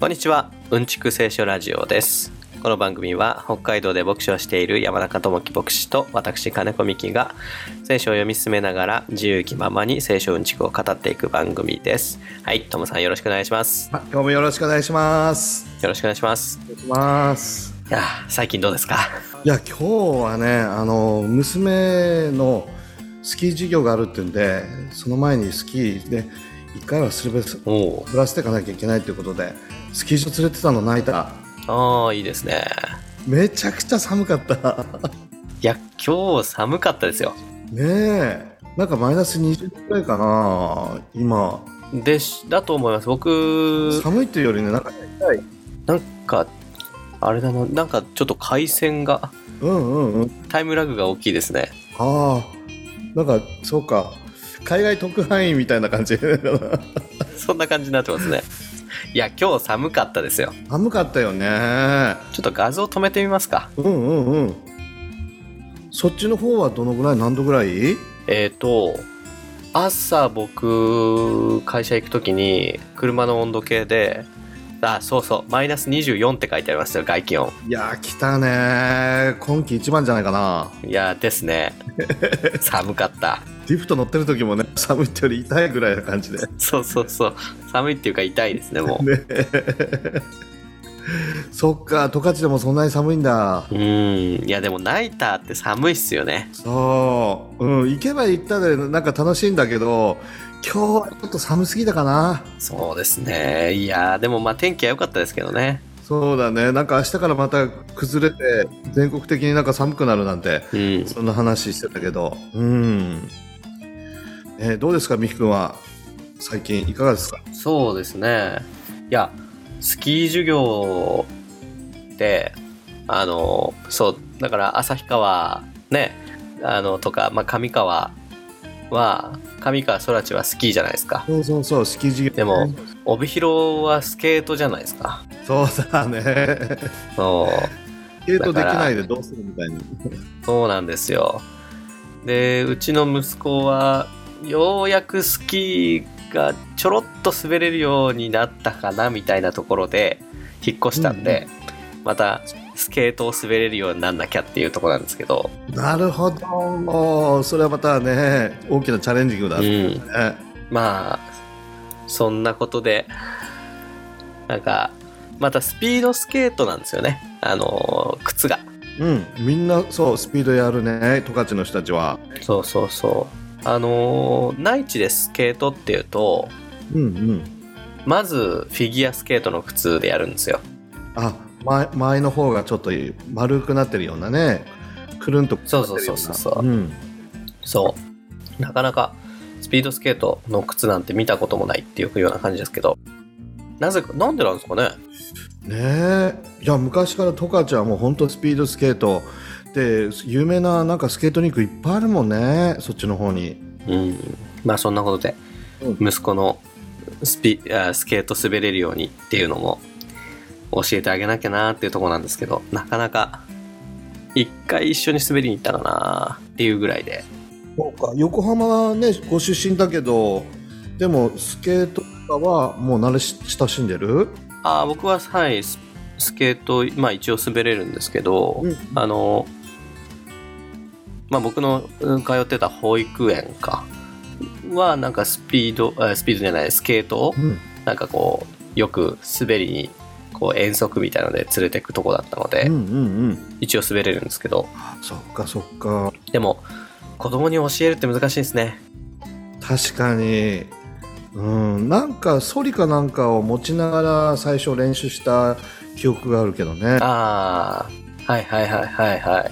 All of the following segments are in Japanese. こんにちはうんちく聖書ラジオですこの番組は北海道で牧師をしている山中智樹牧師と私金子美希が聖書を読み進めながら自由気ままに聖書うんちくを語っていく番組ですはいともさんよろしくお願いしますはい、今日もよろしくお願いします。よろしくお願いしますお願いします。いやー最近どうですかいや、今日はね、あの娘のスキー授業があるってんで、その前にスキーで一回は滑おおらせていかなきゃいけないということで、スキー場連れてたの泣いた。あーいいですねめちゃくちゃ寒かった。 いや今日寒かったですよねえ、なんかマイナス20度くらいかな、今。でしだと思います僕寒いというよりね、なんか痛い。なんかあれだななんかちょっと回線がうんうんうん。タイムラグが大きいですねああ、なんかそうか、海外特派員みたいな感じ。 そんな感じになってますね。いや、今日寒かったですよ。寒かったよねちょっと画像止めてみますか。うんうんうんそっちの方はどのぐらい何度ぐらいえっ、と、朝僕、会社行くときに、車の温度計で、あ、そうそう、マイナス24って書いてありましたよ、外気温。いやー来たねー今季一番じゃないかないや、ですね。寒かった。リフト乗ってる時もね 寒いってより痛いぐらいな感じで そうそうそう。寒いっていうか痛いですね、もねそっか十勝でもそんなに寒いんだう。うーん。いや、でもナイターって寒いっすよね。そううん行けば行ったでなんか楽しいんだけど今日はちょっと寒すぎたかなそうですね。いや、でもまあ天気は良かったですけどね。そうだねなんか明日からまた崩れて全国的になんか寒くなるなんてうん。そんな話してたけど、うん。えーどうですか、みきくんは。最近いかがですか。そうですね。いや、スキー授業って、あの、そう、だから旭川、ね、あの、とか、まあ、上川は、上川空知はスキーじゃないですか。そうそうそう、スキー授業。でも、帯広はスケートじゃないですか。そうだね。そゲートできないでどうするみたいに。う、そうなんですよ。で、うちの息子は、ようやくスキーがちょろっと滑れるようになったかなみたいなところで引っ越したんで、またスケートを滑れるようになんなきゃっていうところなんですけど、なるほど。それはまたね、大きなチャレンジングだうね。ん、まあそんなことでなんかまたスピードスケートなんですよねあの靴がうん、みんなそう、スピードやるね、十勝の人たちは。そうそうそうあの内地でスケートっていうとうんうん。まずフィギュアスケートの靴でやるんですよあ、前、前の方がちょっと丸くなってるようなね。くるんとくるんとなってるよな。そうそうそうそううん。そう。なかなかスピードスケートの靴なんて見たこともないっていうような感じですけど、なぜか、なんでなんですかねねえいや昔から十勝はもう本当スピードスケートで有名ななんかスケートリンクいっぱいあるもんねそっちの方にうん。まあそんなことでうん、息子のスピ、あスケート滑れるようにっていうのも教えてあげなきゃなっていうところなんですけど、なかなか、一回一緒に滑りに行ったかなっていうぐらいで。そうか横浜はねご出身だけどでもスケートとかはもう慣れ親しんでるああ、僕は、はい、ススケート、まあ一応滑れるんですけど、うんあの、まあ、僕のうん通ってた保育園かはなんかスピードあスピードじゃないスケートをうんなんかこうよく滑りにこう遠足みたいので連れてくとこだったので、うんうんうん一応滑れるんですけどそっかそっかでも子供に教えるって難しいですね確かにうんなんかソリかなんかを持ちながら最初練習した記憶があるけどねああはいはいはいはいはい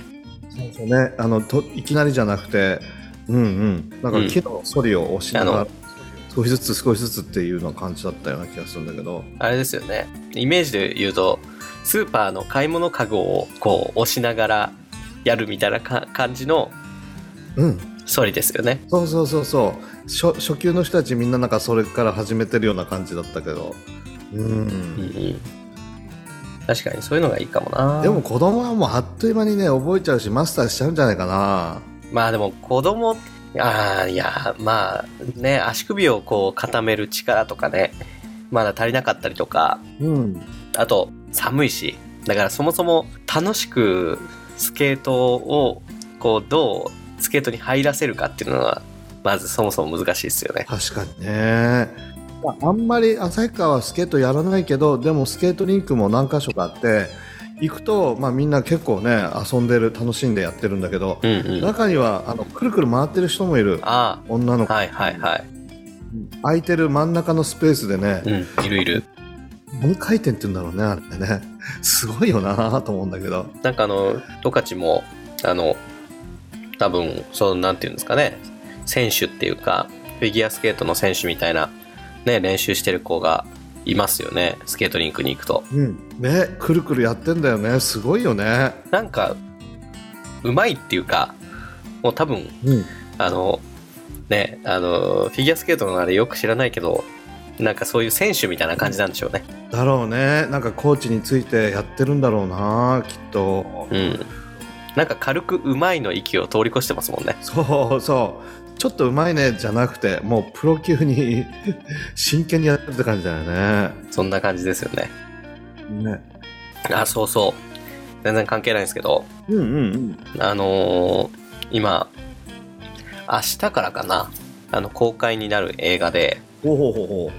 そうそうね、あのといきなりじゃなくて、うんうん、なんかうん木のソリを押しながら、あの少しずつ少しずつっていうの感じだったような気がするんだけど、あれですよねイメージで言うとスーパーの買い物かごをこう押しながらやるみたいなか感じのうん、ソリですよねそうそうそうそう初、初級の人たちみんななんかそれから始めてるような感じだったけど、うん、確かにそういうのがいいかもなでも子供はもうあっという間にね覚えちゃうしマスターしちゃうんじゃないかな。まあでも子供ああいやまあね足首をこう固める力とかねまだ足りなかったりとか、うん。あと寒いし、だからそもそも楽しくスケートをこうどうスケートに入らせるかっていうのは、まずそもそも難しいですよね。確かにね。まああんまり旭川はスケートやらないけどでもスケートリンクも何か所かあって行くと、まあ、みんな結構ね遊んでる楽しんでやってるんだけど、うんうん。あ中にはあのくるくる回ってる人もいるあ女のー、子、はいはいはい。空いてる真ん中のスペースでね、うん、いるいる。何回転って言うんだろうねあれねすごいよなと思うんだけどなんかあの、トカチも、あの、多分、その、なんていうんですかね、選手っていうか、フィギュアスケートの選手みたいな、ね、練習してる子がいますよね、スケートリンクに行くと。うんねくるくるやってんだよねすごいよねなんか、うまいっていうか、もう多分、うんあの、ね、あの、フィギュアスケートのあれよく知らないけど、なんかそういう選手みたいな感じなんでしょうね。だろうねなんかコーチについてやってるんだろうなきっとうん。なんか軽くうまいの域を通り越してますもんね。そうそうちょっとうまいねじゃなくてもうプロ級に真剣にやってるって感じだよねそんな感じですよね。ねあ、そうそう。全然関係ないんですけど、うんうんうんあのー今、明日からかな、あの、公開になる映画で、ほうほうほうほ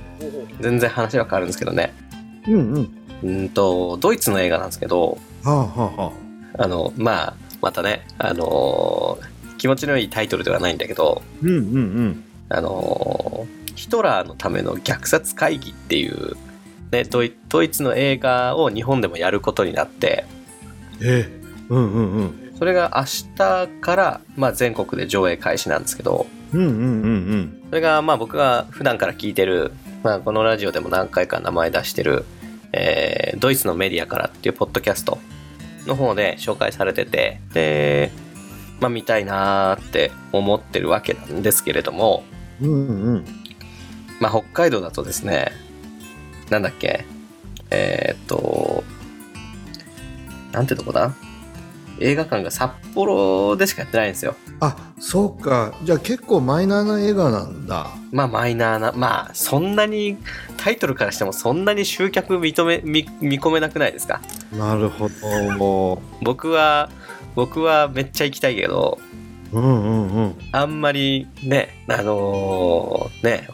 全然話は変わるんですけどね。ううんうんうんと、ドイツの映画なんですけど、はあはあはああの、まあ、またね、あのー気持ちのいいタイトルではないんだけど、うんうんうんあのーヒトラーのための虐殺会議っていう、ね、ドイドイツの映画を日本でもやることになって、ええうんうんうんそれが明日から、まあ、全国で上映開始なんですけど、うんうんうんうんそれがまあ僕が普段から聞いてる、まあ、このラジオでも何回か名前出してる、えードイツのメディアからっていうポッドキャストの方で紹介されててで、まあ、見たいなーって思ってるわけなんですけれども、うんうんまあ、北海道だとですねなんだっけえーっとなんてとこだ映画館が札幌でしかやってないんですよあそうかじゃあ結構マイナーな映画なんだまあマイナーな、まあそんなに、タイトルからしてもそんなに集客認め、見見込めなくないですかなるほど僕は、僕はめっちゃ行きたいけど、うんうんうんあんまりね、あのーね、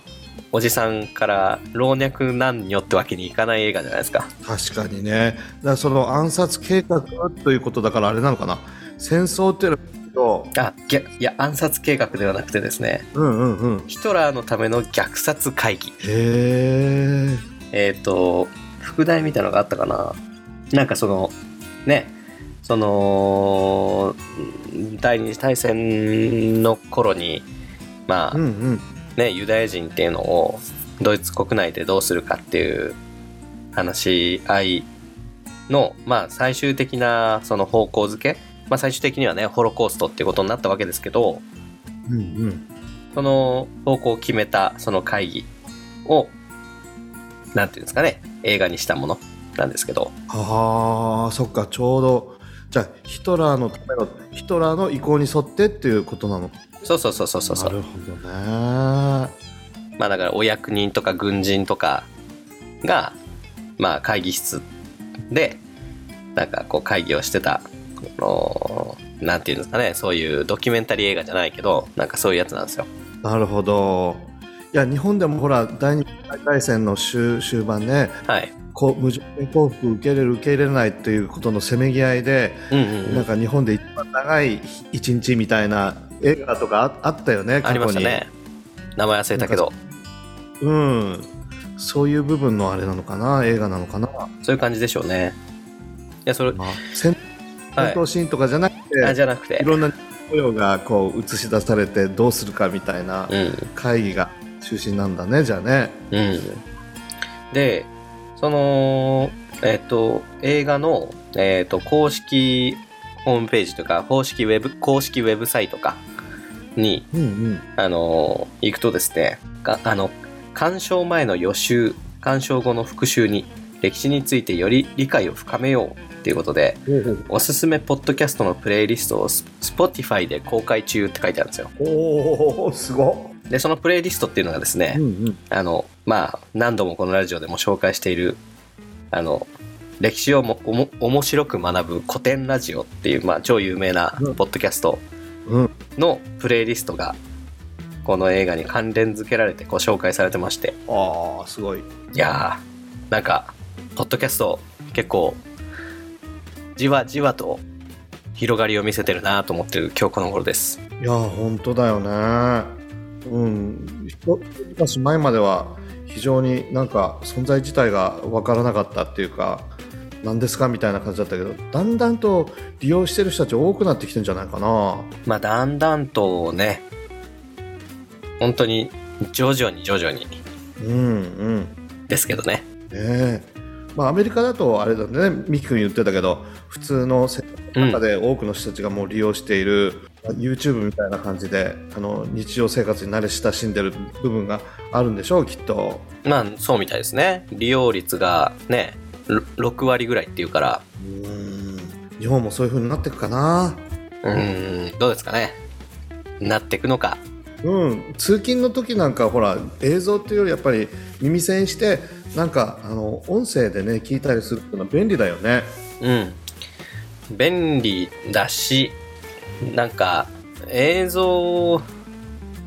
おじさんから老若男女ってわけにいかない映画じゃないですか。確かにねだからその暗殺計画ということだからあれなのかな戦争っていうのはあ、ぎゃいや、暗殺計画ではなくてですね、うんうんうんへヒトラーのための虐殺会議。ええっ、と、副題みたいなのがあったかな。なんかその、ね、その、うん第二次大戦の頃に、まあうんうんね、ユダヤ人っていうのをドイツ国内でどうするかっていう話し合いの、まあ最終的なその方向づけ、まあ最終的にはね、ホロコーストっていうことになったわけですけど、うんうんその方向を決めたその会議を、なんていうんですかね、映画にしたものなんですけど、あーそっかちょうどじゃあヒトラーのためのヒトラーの意向に沿ってっていうことなのそうそうそうそうそうそなう。るほどねまあだからお役人とか軍人とかが、まあ会議室で、なんかこう会議をしてた、この、なんていうんですかね、そういうドキュメンタリー映画じゃないけど、なんかそういうやつなんですよ。なるほどいや日本でもほら第二次大戦の終終盤ねはい。こう無条件降伏受け入れる受け入れないっていうことのせめぎ合いで、うんうんうん、なんか日本で一番長い一日みたいな映画とかああったよね過あ去にりましたね。名前忘れたけど、うんそういう部分のあれなのかな映画なのかな、そういう感じでしょうね。いや、それ、まあ、戦は闘い。シーンとかじゃなくて、あい、じゃなくて、ろんな模様がこう映し出されてどうするかみたいなうん。会議が中心なんだねじゃあねうん、でそのえっ、と映画の、えっと公式ホームページとか公式ウェブ公式ウェブサイトかに、うんうんあのー行くとですねがあの鑑賞前の予習鑑賞後の復習に歴史についてより理解を深めようっていうことでおすすめポッドキャストのプレイリストをス Spotify で公開中って書いてあるんですよおおすごでそのプレイリストっていうのがですね、うんうんあのまあ、何度もこのラジオでも紹介している、あの、歴史をもおも面白く学ぶ古典ラジオっていう、まあ、超有名なうんポッドキャストうんのプレイリストが、この映画に関連付けられてご紹介されてまして、ああすごいいやー、なんか、ポッドキャスト結構、じわじわと広がりを見せてるなと思ってる今日この頃です。いやー本当だよねうんひと昔前までは非常になんか存在自体が分からなかったっていうか何ですかみたいな感じだったけどだんだんと利用してる人たち多くなってきてんじゃないかなまあ、だんだんとね、本当に徐々に徐々にうんうんですけどね。ねえまあ、アメリカだとあれだねミキ君言ってたけど普通の生活の中で多くの人たちがもう利用している、YouTube みたいな感じであの日常生活に慣れ親しんでる部分があるんでしょうきっとまあ、そうみたいですね。利用率がね、ろ6割ぐらいっていうから、うん日本もそういう風になっていくかなうーん、どうですかね。なっていくのか。うん通勤の時なんかほら映像っていうよりやっぱり耳栓してなんかあの音声でね聞いたりするっていうのは便利だよねうん。便利だし、なんか、映像を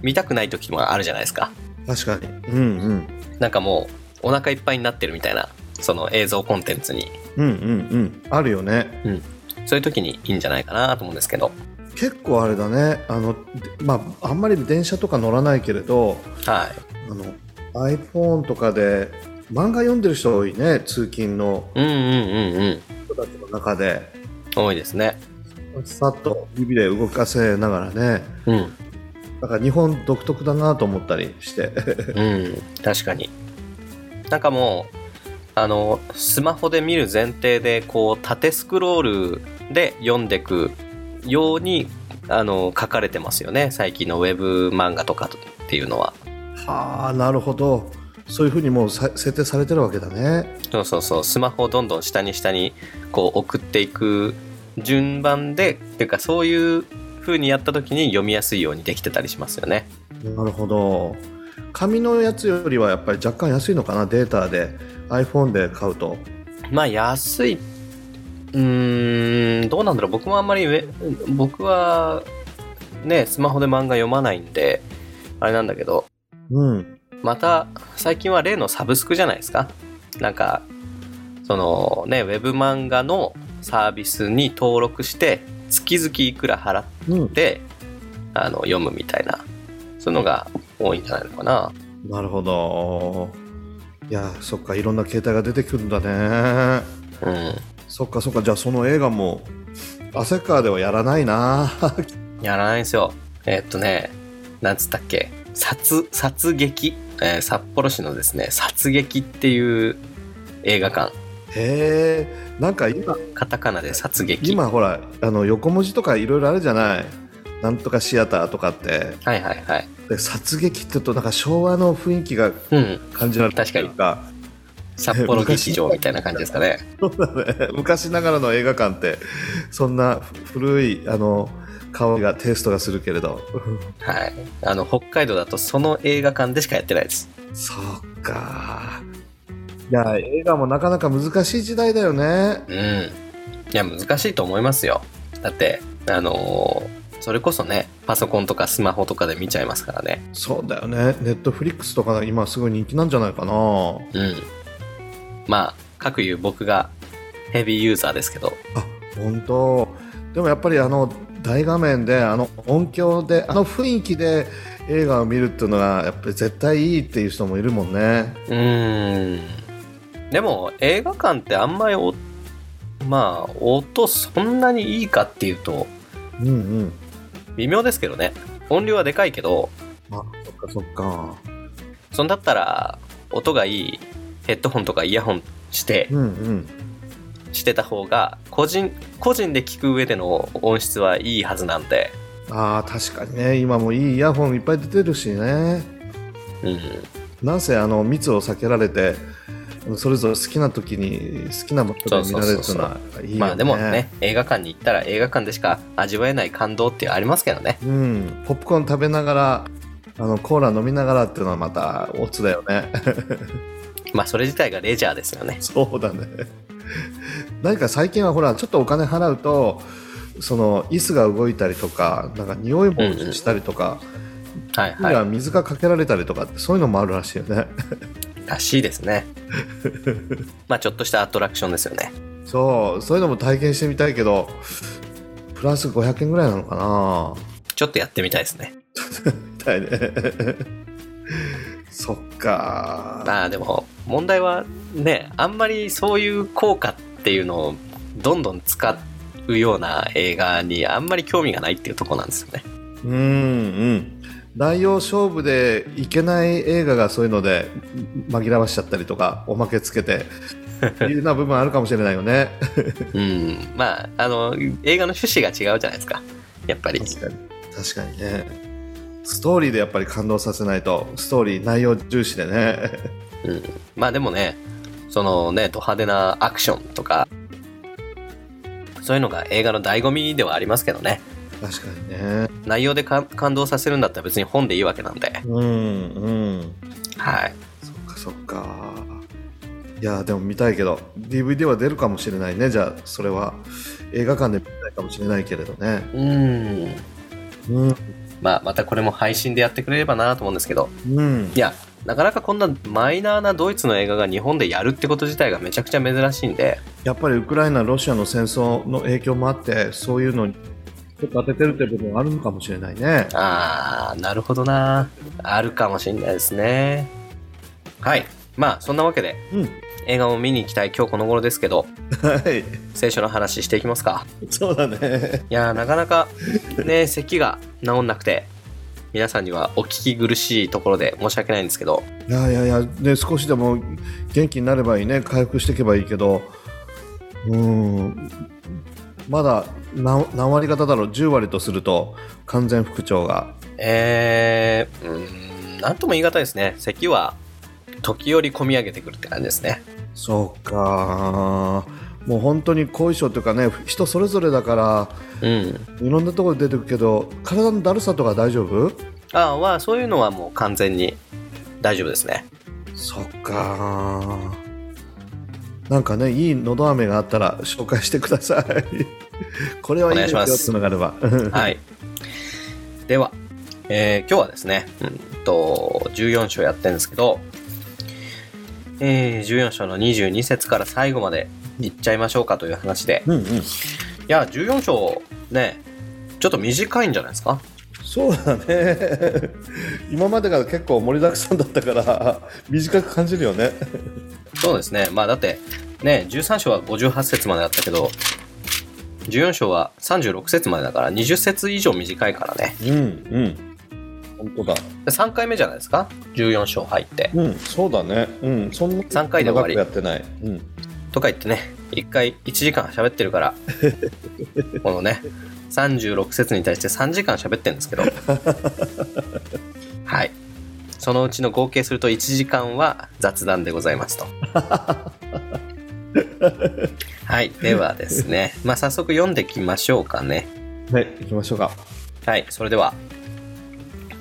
見たくない時もあるじゃないですか。確かにうんうんなんかもう、お腹いっぱいになってるみたいな、その映像コンテンツに。うんうんうんあるよねそういう時にいいんじゃないかなと思うんですけど。結構あれだねあの、でまあ、あんまり電車とか乗らないけれどはい。あの iPhone とかで漫画読んでる人多いね通勤のうんうんうんうん。人たちの中で多いですね。さっと指で動かせながらねうん。だから日本独特だなと思ったりしてうん。確かに。なんかもう、あの、スマホで見る前提で、こう、縦スクロールで読んでくように、あの、書かれてますよね。最近のウェブ漫画とかっていうのは。 はあなるほどそういうふうにもうさ設定されてるわけだねそうそうそう。スマホをどんどん下に下に、こう、送っていく順番で、っていうか、そういう風にやった時に読みやすいようにできてたりしますよね。なるほど紙のやつよりはやっぱり若干安いのかなデータで iPhone で買うとまあ安い。うーん、どうなんだろう。僕もあんまりウェ、僕は、ね、スマホで漫画読まないんで、あれなんだけど、うんまた、最近は例のサブスクじゃないですか。なんか、そのね、ウェブ漫画のサービスに登録して、月々いくら払っうんて、あの、読むみたいな、そういうのが多いんじゃないのかな。なるほど。いや、そっか、いろんな形態が出てくるんだね。うん。そっか、そっか、じゃあその映画も、汗川ではやらないな。 やらないんですよ。えーっとね、なんつったっけ、殺、殺撃、えー札幌市のですね、殺撃っていう映画館。へえ、なんか今、カタカナで殺撃。今ほら、あの横文字とかいろいろあるじゃない。なんとかシアターとかって。はいはいはい。で、殺撃って言うと、なんか昭和の雰囲気がうん。感じられるというか。札幌劇場みたいな感じですかね。そうだね 昔ながらの映画館って、そんな古い、あの、顔が、テイストがするけれど。 はい。あの、北海道だとその映画館でしかやってないです。そうか。いや、映画もなかなか難しい時代だよね。うん。いや、難しいと思いますよ。だって、あのーそれこそね、パソコンとかスマホとかで見ちゃいますからね。そうだよね。ネットフリックスとかが今すごい人気なんじゃないかな。あ、うん。まあ、各言う僕がヘビーユーザーですけど、本当。でもやっぱりあの大画面で、あの音響で、あの雰囲気で映画を見るっていうのが、やっぱり絶対いいっていう人もいるもんね。うーんでも映画館ってあんまりおまあ音そんなにいいかっていうとうんうん。微妙ですけどね音量はでかいけどあ、そっかそっか。そんだったら音がいいヘッドホンとかイヤホンしてうんうん。してた方が個人個人で聞く上での音質はいいはずなんで、ああ、確かにね。今もいいイヤホンいっぱい出てるしね。うん、なんせあの密を避けられてそれぞれ好きな時に好きなもので見られるっていうのはいいよねまあでもね映画館に行ったら映画館でしか味わえない感動ってありますけどねうん、ポップコーン食べながらあのコーラ飲みながらっていうのはまたオツだよねまあそれ自体がレジャーですよねそうだね何か最近はほらちょっとお金払うとその椅子が動いたりとかなんか匂いもしたりとか、はいいやは水がかけられたりとかってそういうのもあるらしいよね いらしいですね まあちょっとしたアトラクションですよねそうそういうのも体験してみたいけどプラス500円ぐらいなのかなちょっとやってみたいですねみたいね そっかまあでも問題はねあんまりそういう効果っていうのをどんどん使うような映画にあんまり興味がないっていうところなんですよねうんうん内容勝負でいけない映画がそういうので紛らわしちゃったりとかおまけつけてっていうような部分あるかもしれないよねうんまああの映画の趣旨が違うじゃないですかやっぱり確かに確かにねストーリーでやっぱり感動させないとストーリー内容重視でねまあでもねそのねド派手なアクションとかそういうのが映画の醍醐味ではありますけどね確かにね内容でか感動させるんだったら別に本でいいわけなんでうんうんはいそっかそっかいやでも見たいけど DVD は出るかもしれないねじゃあそれは映画館で見たいかもしれないけれどねうんうんまあまたこれも配信でやってくれればなと思うんですけどうんいやなかなかこんなマイナーなドイツの映画が日本でやるってこと自体がめちゃくちゃ珍しいんでやっぱりウクライナ、ロシアの戦争の影響もあって、そういうのにちょっと当ててるという部分があるのかもしれないね。あーなるほどなあるかもしれないですねはいまあそんなわけでうん。映画を見に行きたい今日この頃ですけどはい。 聖書の話していきますかそうだね。いやーなかなかね 咳が治んなくて皆さんにはお聞き苦しいところで申し訳ないんですけどいやいやいや、ね、少しでも元気になればいいね、回復していけばいいけど、うーん、まだ何何割方だろう、10割とすると、完全復調が。えー、うーんなんとも言い難いですね咳は時折込み上げてくるって感じですねそうか。もう本当に後遺症というかね、人それぞれだから、うんいろんなところで出てくるけど、体のだるさとか大丈夫ああまあそういうのはもう完全に大丈夫ですねそっかーなんかねいいのど飴があったら紹介してください これはいいですよお願いしますつながればははいでは、えー今日はですね、うんと14章やってるんですけど、えー14章の22節から最後までいっちゃいましょうかという話でうんうんいや14章ねちょっと短いんじゃないですかそうだね今までが結構盛りだくさんだったから短く感じるよねそうですねまあだってね13章は58節までだったけど14章は36節までだから20節以上短いからねうんうん本当だ3回目じゃないですか14章入ってうんそうだねうんそんな三回で終わり長くやってない、うん、とか言ってね一回1時間喋ってるからこのね36節に対して3時間喋ってるんですけどはいそのうちの合計すると1時間は雑談でございますとはいではですね、まあ、早速読んでいきましょうかねはい行きましょうかはいそれでは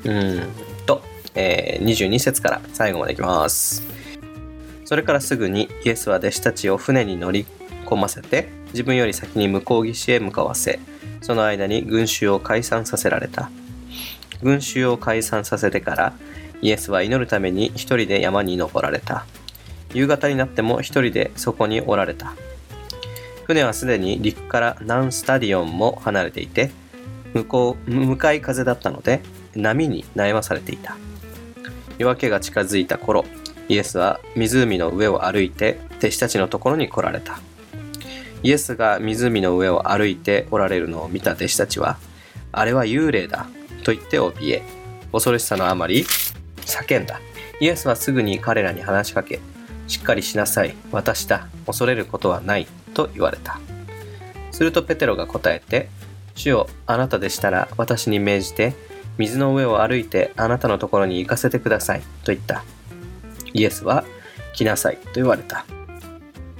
うーんと、えー22節から最後までいきますそれからすぐにイエスは弟子たちを船に乗り込ませて自分より先に向こう岸へ向かわせその間に群衆を解散させられた群衆を解散させてからイエスは祈るために一人で山に登られた夕方になっても一人でそこにおられた船はすでに陸から何スタディオンも離れていて向こう向かい風だったので波に悩まされていた夜明けが近づいた頃イエスは湖の上を歩いて弟子たちのところに来られたイエスが湖の上を歩いておられるのを見た弟子たちは「あれは幽霊だ」と言って怯え恐ろしさのあまり叫んだイエスはすぐに彼らに話しかけ「しっかりしなさい私だ恐れることはない」と言われたするとペテロが答えて主よあなたでしたら私に命じて水の上を歩いてあなたのところに行かせてくださいと言ったイエスは来なさいと言われた、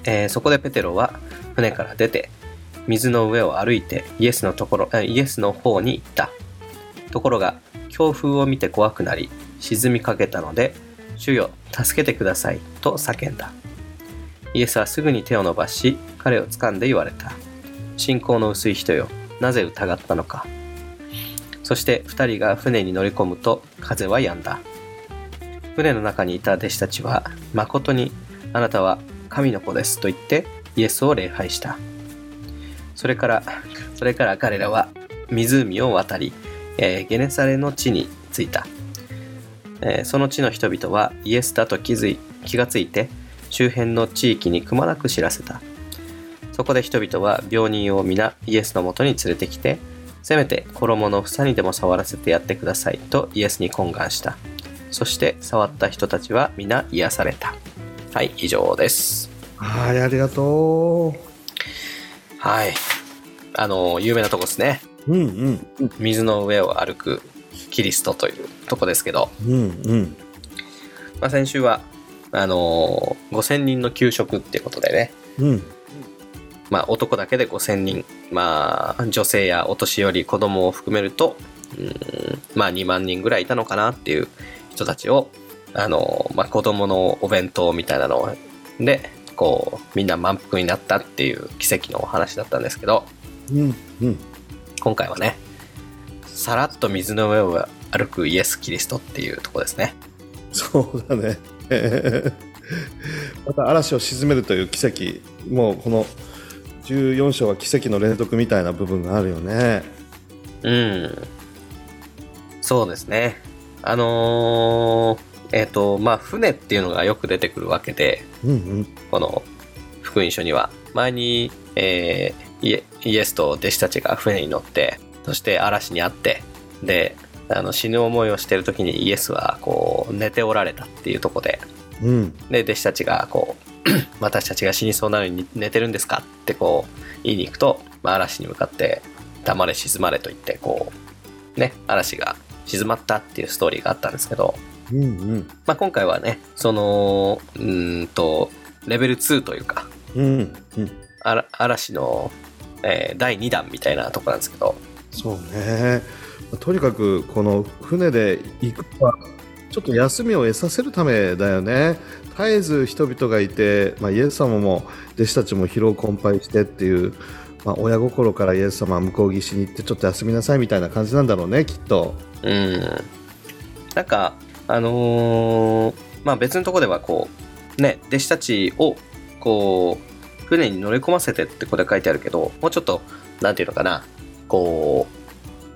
えーそこでペテロは船から出て水の上を歩いてイエスのところあイエスの方に行ったところが強風を見て怖くなり沈みかけたので「主よ助けてください」と叫んだイエスはすぐに手を伸ばし彼を掴んで言われた「信仰の薄い人よなぜ疑ったのか」そして2人が船に乗り込むと風は止んだ船の中にいた弟子たちは「まことにあなたは神の子です」と言ってイエスを礼拝したそれからそれから彼らは湖を渡り、えーゲネサレの地に着いた、えーその地の人々はイエスだと気づい気がついて周辺の地域にくまなく知らせたそこで人々は病人を皆イエスのもとに連れてきてせめて衣の房にでも触らせてやってくださいとイエスに懇願したそして触った人たちは皆癒されたはい以上ですはい、ありがとはいあの有名なとこですねう。うんうん。水の上を歩くキリストというとこですけど、うんうん。まあ、先週はあのー5,000人の給食っていうことでね、うん。まあ、男だけで5,000人、まあ、女性やお年寄り子供を含めるとうーん、まあ、2万人ぐらいいたのかなっていう人たちを、あのーまあ、子供のお弁当みたいなのでこうみんな満腹になったっていう奇跡のお話だったんですけどうんうん。今回はねさらっと水の上を歩くイエス・キリストっていうとこですね。そうだね。 また嵐を沈めるという奇跡、もうこの14章は奇跡の連続みたいな部分があるよね。うん。そうですね。あのーえっ、と、まあ、船っていうのがよく出てくるわけで、うんうん。この福音書には。前に、えーイエイエスと弟子たちが船に乗って、そして嵐にあって、で、あの死ぬ思いをしてる時にイエスはこう寝ておられたっていうとこで、うんで、弟子たちがこう、 私たちが死にそうなのに寝てるんですかってこう言いに行くと、まあ、嵐に向かって黙れ沈まれと言って、こう、ね、嵐が沈まったっていうストーリーがあったんですけど、うんうん。まあ、今回はね、その、うーんと、レベル2というか、うんうん。あら嵐の、えー第2弾みたいなとこなんですけど、そうね。とにかくこの船で行くのはちょっと休みを得させるためだよね。絶えず人々がいて、まあ、イエス様も弟子たちも疲労困憊してっていう、まあ、親心からイエス様は向こう岸に行ってちょっと休みなさいみたいな感じなんだろうねきっと。うん。なんか、あのーまあ別のとこではこう、ね、弟子たちを、こう、船に乗り込ませてってこれ書いてあるけど、もうちょっと、なんていうのかな、こ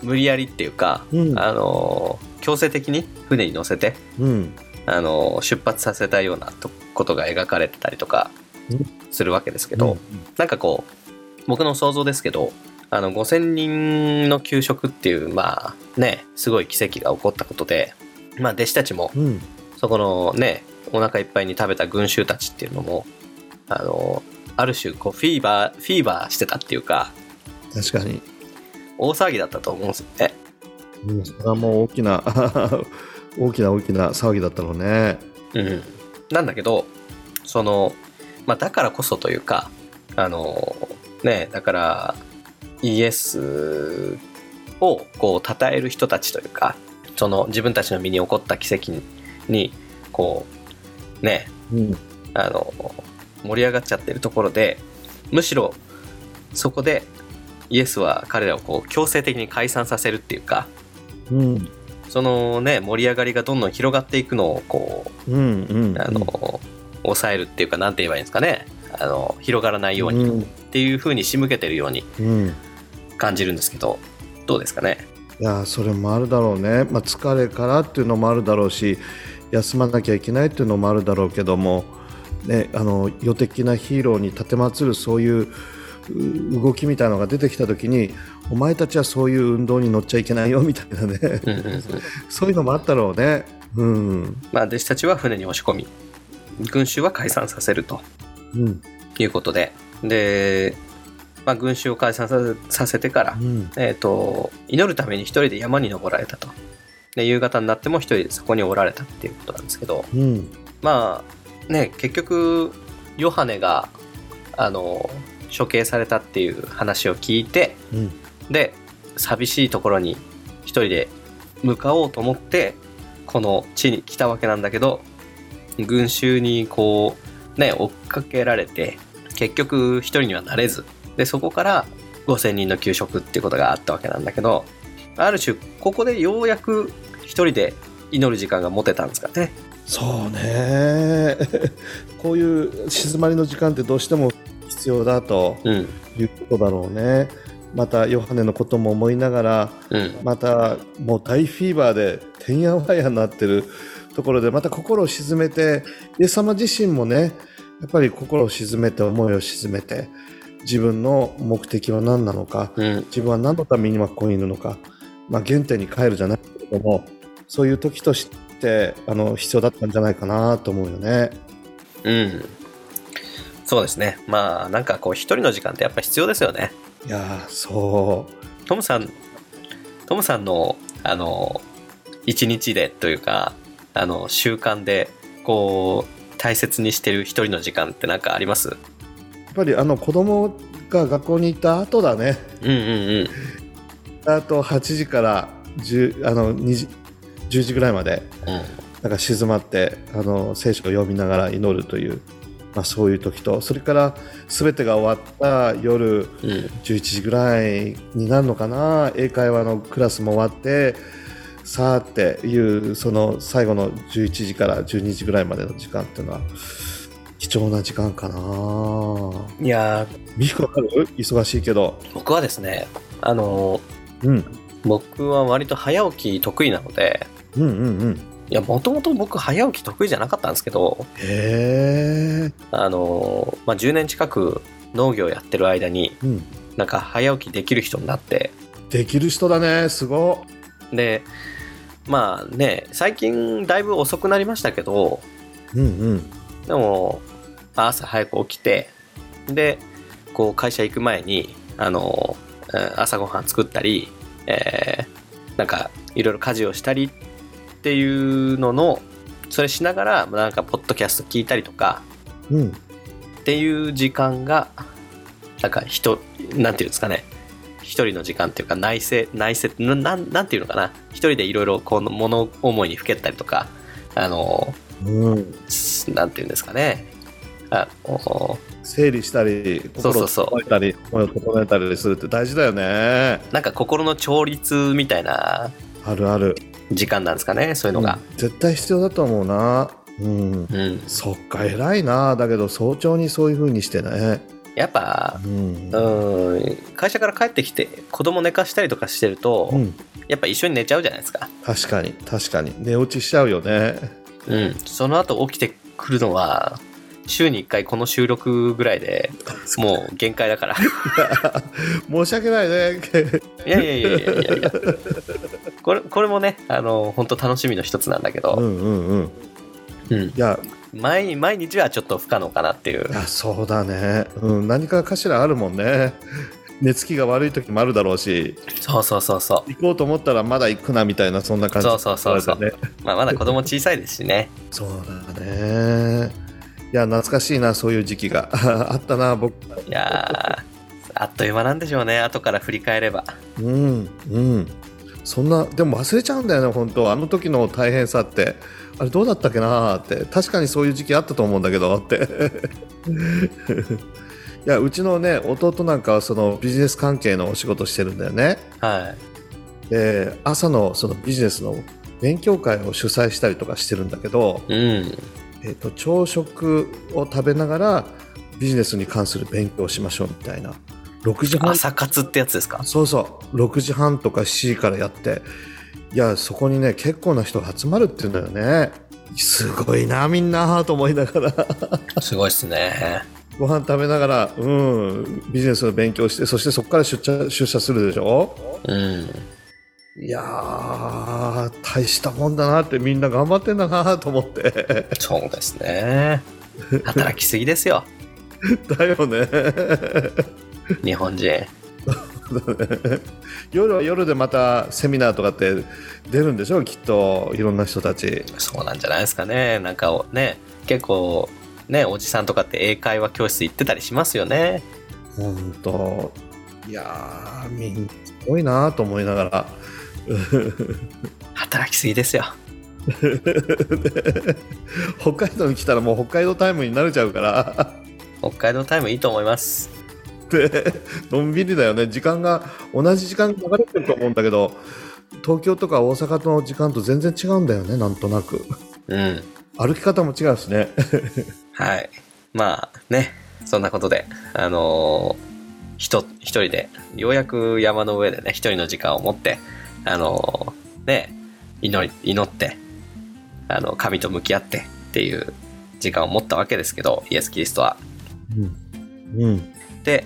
う、無理やりっていうか、うんあのー強制的に船に乗せて、うんあのー出発させたようなとことが描かれてたりとかうんするわけですけど、なんかこう、僕の想像ですけど、あの、5000人の給食っていう、まあ、ね、すごい奇跡が起こったことで、まあ、弟子たちも、うん、うんそこのね、お腹いっぱいに食べた群衆たちっていうのも、あの、ある種、こう、フィーバー、フィーバーしてたっていうか、確かに、大騒ぎだったと思うんですよね。うん、それはもう大きな 大きな大きな騒ぎだったろうね。うん。なんだけど、その、まあ、だからこそというか、あの、ね、だから、イエスをこう称える人たちというか、その自分たちの身に起こった奇跡に、こう、ね、うんあの、盛り上がっちゃってるところで、むしろ、そこで、イエスは彼らをこう強制的に解散させるっていうか、うんそのね、盛り上がりがどんどん広がっていくのをこう、うんうん、あの、抑えるっていうか、なんて言えばいいんですかね。あの、広がらないようにうんっていう風に仕向けてるようにうん感じるんですけど、どうですかね。いやーそれもあるだろうね、まあ、疲れからっていうのもあるだろうし休まなきゃいけないっていうのもあるだろうけども、ね、あの世的なヒーローに立てまつるそういうう動きみたいなのが出てきた時にお前たちはそういう運動に乗っちゃいけないよみたいなね うんうんうんそういうのもあったろうね。うんまあ、弟子たちは船に押し込み、群衆は解散させるとうんいうことで、で、まあ、群衆を解散させさせてからう、んえっ、と、祈るために一人で山に登られたと。で、夕方になっても一人でそこにおられたっていうことなんですけど、うんまあね結局ヨハネがあの処刑されたっていう話を聞いてうんで寂しいところに一人で向かおうと思ってこの地に来たわけなんだけど群衆にこうね追っかけられて結局一人にはなれずでそこから5,000人の給食っていうことがあったわけなんだけどある種ここでようやく一人で祈る時間が持てたんですかね。そうね こういう静まりの時間ってどうしても必要だとうん、いうことだろうねまたヨハネのことも思いながらうんまたもう大フィーバーでてんやわんやになってるところでまた心を沈めてイエス様自身もねやっぱり心を沈めて思いを沈めて自分の目的は何なのかうん自分は何のために今ここにいるのか、まあ、原点に帰るじゃないけれどもそういう時としてあの必要だったんじゃないかなと思うよね。うん。そうですね。まあ、なんかこう、一人の時間ってやっぱ必要ですよね。いやーそうトムさん、トムさんの、あの、一日でというか、あの、習慣で、こう、大切にしてる一人の時間ってなんかありますやっぱりあの子供が学校に行った後だねうんうんあと8時から10あの2時10時ぐらいまでうん。うんなんか静まってあの聖書を読みながら祈るという、まあ、そういう時とそれから全てが終わったう夜ん11時ぐらいになるのかな英会話のクラスも終わってさあっていうその最後の11時から12時ぐらいまでの時間っていうのは貴重な時間かなうん。いやー、美福わかる忙しいけど僕はですね、あの、うん僕は割と早起き得意なので、うんうんうんいや、もともと僕早起き得意じゃなかったんですけど、へえあの、まあ、10年近く農業やってる間に、うんなんか早起きできる人になってできる人だねすごでまあね最近だいぶ遅くなりましたけどっうんうんでも朝早く起きてでこう会社行く前にあのうん朝ごはん作ったり、えーなんかいろいろ家事をしたりっていうののそれしながらなんかポッドキャスト聞いたりとかうんっていう時間がなんか人なんていうんですかね一人の時間っていうか内省内省ななんなんていうのかな一人でいろいろこの物思いにふけったりとかあのうんすなんていうんですかねあお整理したりそう心そをうそう整えたり思いを整えたりするって大事だよねなんか心の調律みたいなあるある時間なんですかねそういうのが、うん絶対必要だと思うなうんうん、そっか偉いなだけど早朝にそういう風にしてねやっぱうんうん会社から帰ってきて子供寝かしたりとかしてると、うんやっぱ一緒に寝ちゃうじゃないですか確かに確かに寝落ちしちゃうよね うん、その後起きてくるのは週に1回この収録ぐらいでもう限界だから 申し訳ないねいやいやいやいやいやいやこれこれもねあの本当楽しみの一つなんだけ うど、んうんうんうん、いや毎毎日はちょっと不可能かなっていういやそうだね、うん、何かかしらあるもんね寝つきが悪い時もあるだろうしそうそうそうそ行こうと思ったらまだ行くなみたいなそんな感じそうそうそうそうだねう、まあ、まだ子供小さいですしねそうだねいや懐かしいなそういう時期が あったな僕いやーあっという間なんでしょうね後から振り返ればうんうんそんなでも忘れちゃうんだよね本当あの時の大変さってあれどうだったっけなーって確かにそういう時期あったと思うんだけどって いやうちのね弟なんかはそのビジネス関係のお仕事してるんだよねはで朝のそのビジネスの勉強会を主催したりとかしてるんだけど、いうんえっと朝食を食べながらビジネスに関する勉強をしましょうみたいな6時半朝活ってやつですかそうそう6時半とか7時からやっていやそこにね結構な人が集まるっていうんだよねすごいなみんなと思いながら すごいっすねご飯食べながらうんビジネスの勉強してそしてそこから出社出社するでしょうんいやー大したもんだなってみんな頑張ってんだなと思って そうですね働きすぎですよだよね日本人 夜は夜でまたセミナーとかって出るんでしょきっといろんな人たちそうなんじゃないですかねなんかね結構ねおじさんとかって英会話教室行ってたりしますよね本当いやーみんなすごいなと思いながら働きすぎですよ 北海道に来たらもう北海道タイムに慣れちゃうから 北海道タイムいいと思いますでのんびりだよね時間が同じ時間流れてると思うんだけど東京とか大阪の時間と全然違うんだよねなんとなくうん歩き方も違うしねはいまあねそんなことであのーひと一人でようやく山の上でね一人の時間を持ってあのーね祈り祈ってあの神と向き合ってっていう時間を持ったわけですけどイエス・キリストはうん、うん、で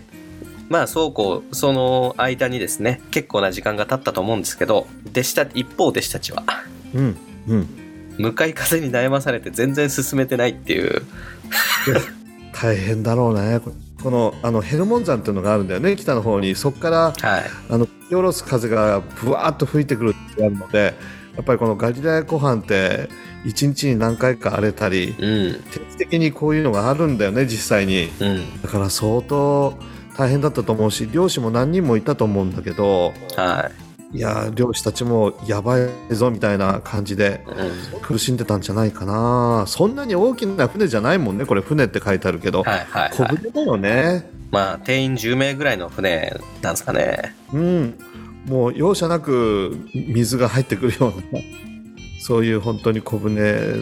まあそうこうその間にですね結構な時間が経ったと思うんですけど弟子た一方弟子たちは うんうん向かい風に悩まされて全然進めてないっていう 大変だろうねここのあのヘルモン山っていうのがあるんだよね北の方にそこからはいあの吹き下ろす風がぶわーっと吹いてくるってあるのでやっぱりこのガリラヤ湖畔って一日に何回か荒れたりうん定期的にこういうのがあるんだよね実際にうんだから相当大変だったと思うし漁師も何人もいたと思うんだけどはいやー漁師たちもやばいぞみたいな感じでい、うん、苦しんでたんじゃないかなそんなに大きな船じゃないもんねこれ船って書いてあるけど、はいはい小はい舟だよねまあ定員10名ぐらいの船なんですかねうんもう容赦なく水が入ってくるようなそういう本当に小舟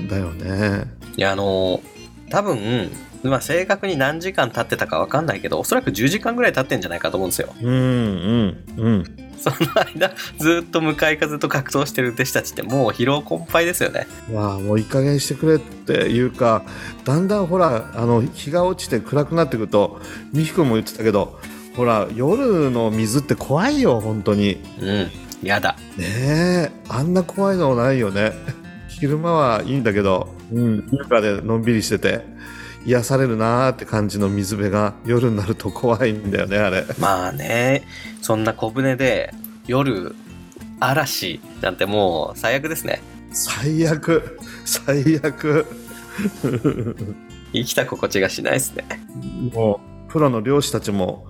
だよねいやあの多分まあ正確に何時間経ってたかわかんないけどおそらく10時間ぐらい経ってんじゃないかと思うんですよ うんうんうんその間ずっと向かい風と格闘してる弟子たちってもう疲労困憊ですよねいやもういい加減してくれっていうかだんだんほらあの日が落ちて暗くなってくると美く君も言ってたけどほら夜の水って怖いよ本当にうんやだねえあんな怖いのないよね 昼間はいいんだけど、うん、静かでのんびりしてて癒されるなーって感じの水辺が夜になると怖いんだよねあれまあねそんな小舟で夜嵐なんてもう最悪ですね最悪最悪生きた心地がしないですねもうプロの漁師たちも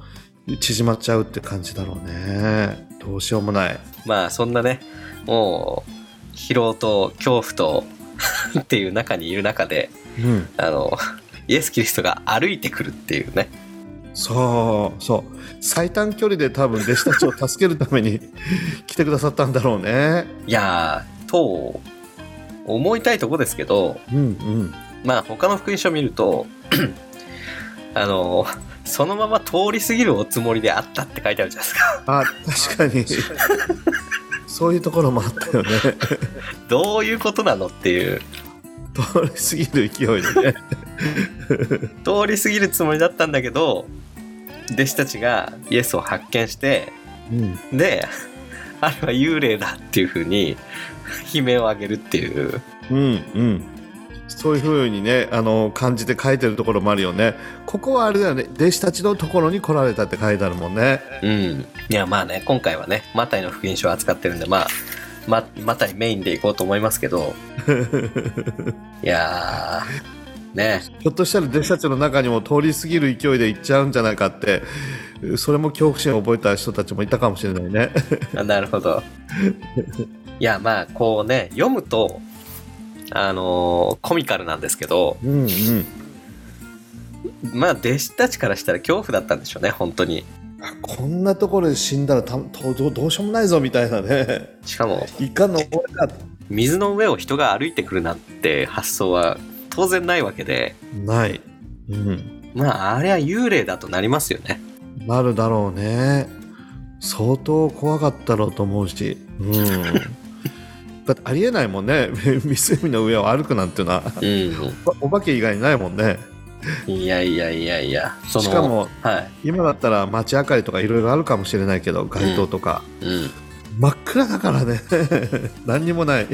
縮まっちゃうって感じだろうねどうしようもないまあそんなねもう疲労と恐怖と っていう中にいる中でうんあのイエス・キリストが歩いてくるっていうねそうそう最短距離で多分弟子たちを助けるために 来てくださったんだろうねいやーと思いたいとこですけどうんまあ他の福音書を見ると あのそのまま通り過ぎるおつもりであったって書いてあるじゃないですかうんあ確かにそういうところもあったよねどういうことなのっていう通り過ぎる勢いでね通り過ぎるつもりだったんだけど弟子たちがイエスを発見してうんで あれは幽霊だっていうふうに悲鳴を上げるっていううんうんそういうふうにねあの感じて書いてるところもあるよねここはあれだよね弟子たちのところに来られたって書いてあるもんねうんいやまあね今回はねマタイの福音書を扱ってるんでまあまマタイメインでいこうと思いますけ どいやーねひょっとしたら弟子たちの中にも通り過ぎる勢いで行っちゃうんじゃないかってそれも恐怖心を覚えた人たちもいたかもしれないねあなるほどいやまあこうね読むとあのーコミカルなんですけどうんうんまあ弟子たちからしたら恐怖だったんでしょうね本当にあこんなところで死んだらたとどうどうしようもないぞみたいなねしかもいかんの俺だ水の上を人が歩いてくるなんて発想は当然ないわけでない、うん、まああれは幽霊だとなりますよねなるだろうね相当怖かったろうと思うし、うん、だってありえないもんね 湖の上を歩くなんていうのはうんお化け以外にないもんねいやいやいやいやそのしかもは今だったら街明かりとかいろいろあるかもしれないけど街灯とか、い、うん、真っ暗だからね 何にもない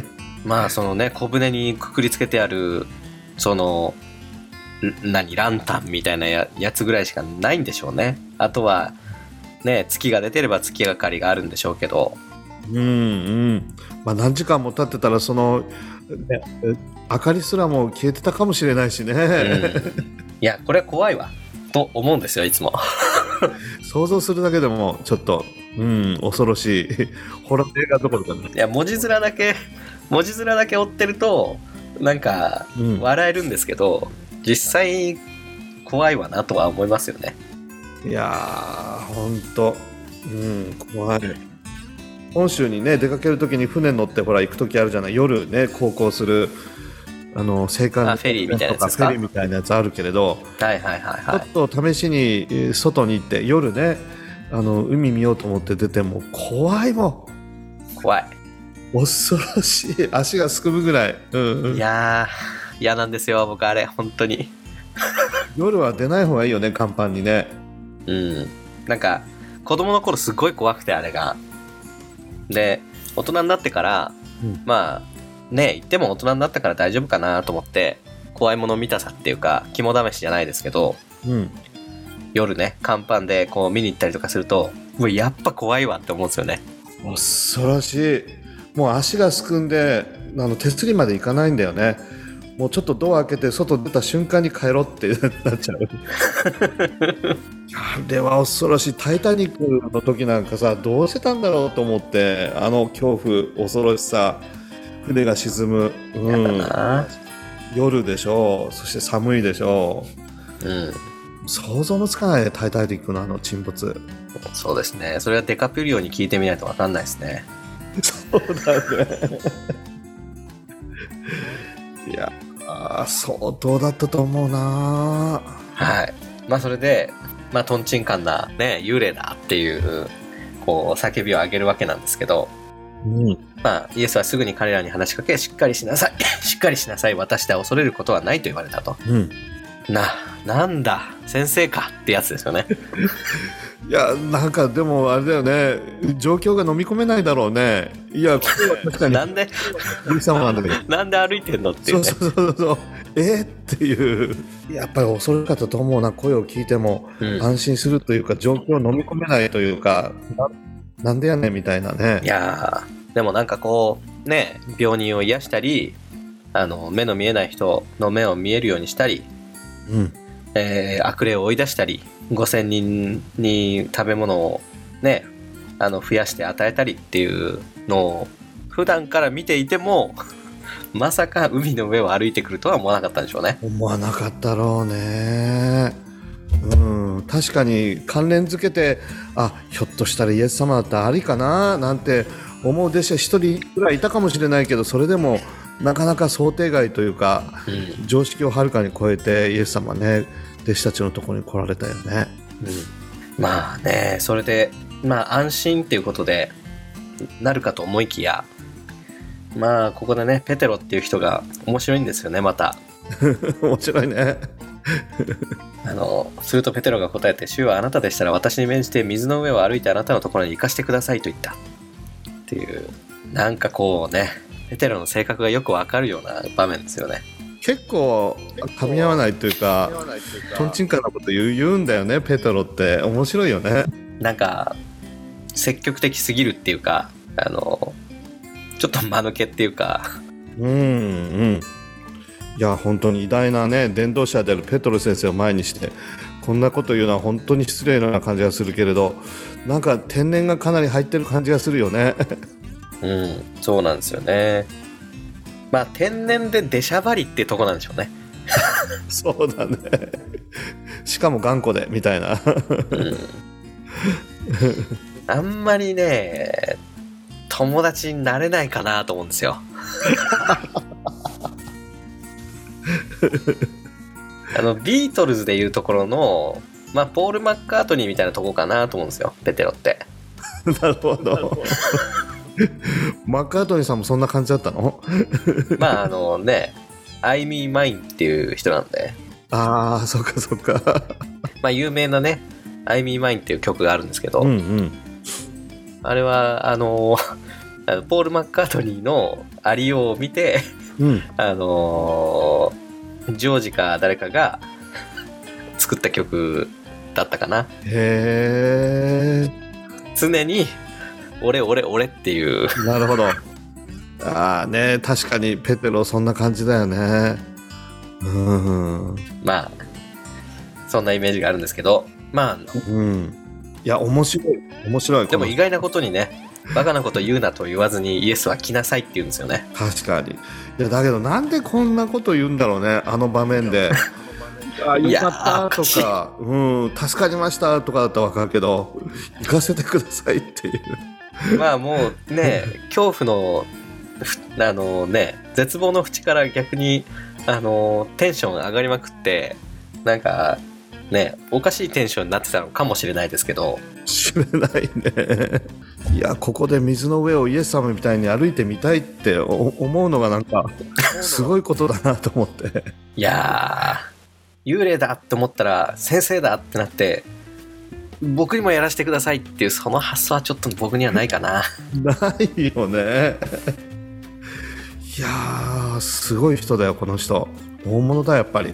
まあそのね小舟にくくりつけてあるそのん何ランタンみたいなややつぐらいしかないんでしょうねあとはね月が出てれば月明かりがあるんでしょうけどうんうんまあ何時間も経ってたらその、ね明かりすらも消えてたかもしれないしね、 うんいやこれは怖いわと思うんですよいつも想像するだけでもちょっとうん恐ろしい ホラー映画どころかね、いや文字面だけ文字面だけ追ってるとなんかうん、笑えるんですけど実際怖いわなとは思いますよねいやーほんとうん怖い本州にね出かけるときに船乗ってほら行くときあるじゃない夜ね航行するあの青あ函フェリーみたいなやつとかですかフェリーみたいなやつあるけれどはいはいはいちょはっと試しにえー外に行って夜ねあの海見ようと思って出ても怖いもい怖いん恐ろしい足がすくむぐらい、うんうんいやー嫌なんですよ僕あれ本当に夜は出ない方がいいよね甲板にねうんなんか子供の頃すごい怖くてあれがで大人になってから、うんまあね言っても大人になったから大丈夫かなと思って怖いもの見たさっていうか肝試しじゃないですけどうん夜ね甲板でこう見に行ったりとかするとうわやっぱ怖いわって思うんですよね恐ろしいもう足がすくんであの手すりまで行かないんだよねもうちょっとドア開けて外出た瞬間に帰ろうってなっちゃ うあれは恐ろしい「タイタニック」の時なんかさどうしてたんだろうと思ってあの恐怖恐ろしさ船が沈む、うん、な夜でしょうそして寒いでしょうんう想像もつかないね「タイタニック」のあの沈没そうですねそれはデカピュリオに聞いてみないとわかんないですねそうだね。 いや、あー相当だったと思うな。はいまあそれでまあとんちんかんなね幽霊だっていうこう叫びを上げるわけなんですけどうん。まあ、イエスはすぐに彼らに話しかけ、しっかりしなさい。 しっかりしなさい。私では恐れることはないと言われたと。うん。な、なんだ、先生かってやつですよ ね。いや、なんかでもあれだよね。状況が飲み込めないだろうね。いや、これは確かに、なんで、ゆきさんもなんだけど。なんで歩いてんのっていそううね。そうそうそう。えーっていう。やっぱり恐ろしかったと思うな。声を聞いてもうん安心するというか、状況を飲み込めないというか、ななんでやねんみたいないね。やー、でもなんかこう、ね、病人を癒したり、あの、目の見えない人の目を見えるようにしたり、うん。えー悪霊を追い出したり、5000人に食べ物をね、あの、増やして与えたりっていうのを、普段から見ていても、 まさか海の上を歩いてくるとは思わなかったんでしょうね。思わなかったろうね。うん、確かに関連づけてあひょっとしたらイエス様だったらありかななんて思う弟子は一人ぐらいいたかもしれないけどそれでもなかなか想定外というかうん。常識をはるかに超えてイエス様ね弟子たちのところに来られたよね。 まあね、それで、まあ安心っていうことで、なるかと思いきや、まあここでね、ペテロっていう人が面白いんですよね、また。面白いね。あのするとペテロが答えて「主はあなたでしたら私に免じて水の上を歩いてあなたのところに行かしてください」と言ったっていうなんかこうねペテロの性格がよくわかるような場面ですよね結構噛み合わないというかとんちんかんなこと言う言うんだよねペトロって面白いよね。なんか積極的すぎるっていうかあのちょっと間抜けっていうかうんうんいや本当に偉大なね伝道者であるペトロ先生を前にしてこんなこと言うのは本当に失礼な感じがするけれどなんか天然がかなり入ってる感じがするよね うんそうなんですよねまあ天然で出しゃばりってとこなんでしょうねそうだねしかも頑固でみたいな うんあんまりね友達になれないかなと思うんですよあのビートルズでいうところの、まあ、ポール・マッカートニーみたいなとこかなと思うんですよペテロってなるほどマッカートニーさんもそんな感じだったのまああのね「アイ・ミー・マイン」っていう人なんで、ああそっかそっかまあ、有名なね「アイ・ミー・マイン」っていう曲があるんですけど、うんうんあれはあの あのポール・マッカートニーのありようを見てうんあのージョージか誰かが 作った曲だったかな。へえ常に、俺、俺、俺っていう、なるほど。ああね、確かにペテロそんな感じだよね。うん。まあ、そんなイメージがあるんですけど、まあうん。いや、面白い。面白い。でもこの意外なことにねバカなこと言うなと言わずにイエスは来なさいって言うんですよね確かに。いや、だけど、なんでこんなこと言うんだろうね、あの場面で。あいよやかったとか、うん、助かりましたとかだったらわかるけど、行かせてくださいっていう。まあもう ね恐怖のふあのね絶望の淵から逆にあのテンション上がりまくってなんかねおかしいテンションになってたのかもしれないですけど知れないね。いや、ここで水の上をイエス様みたいに歩いてみたいってお思うのがなんか、すごいことだなと思って。 いやー幽霊だって思ったら先生だってなって僕にもやらせてくださいっていうその発想はちょっと僕にはないかなないよね。いやー、すごい人だよ、この人。大物だ、やっぱり。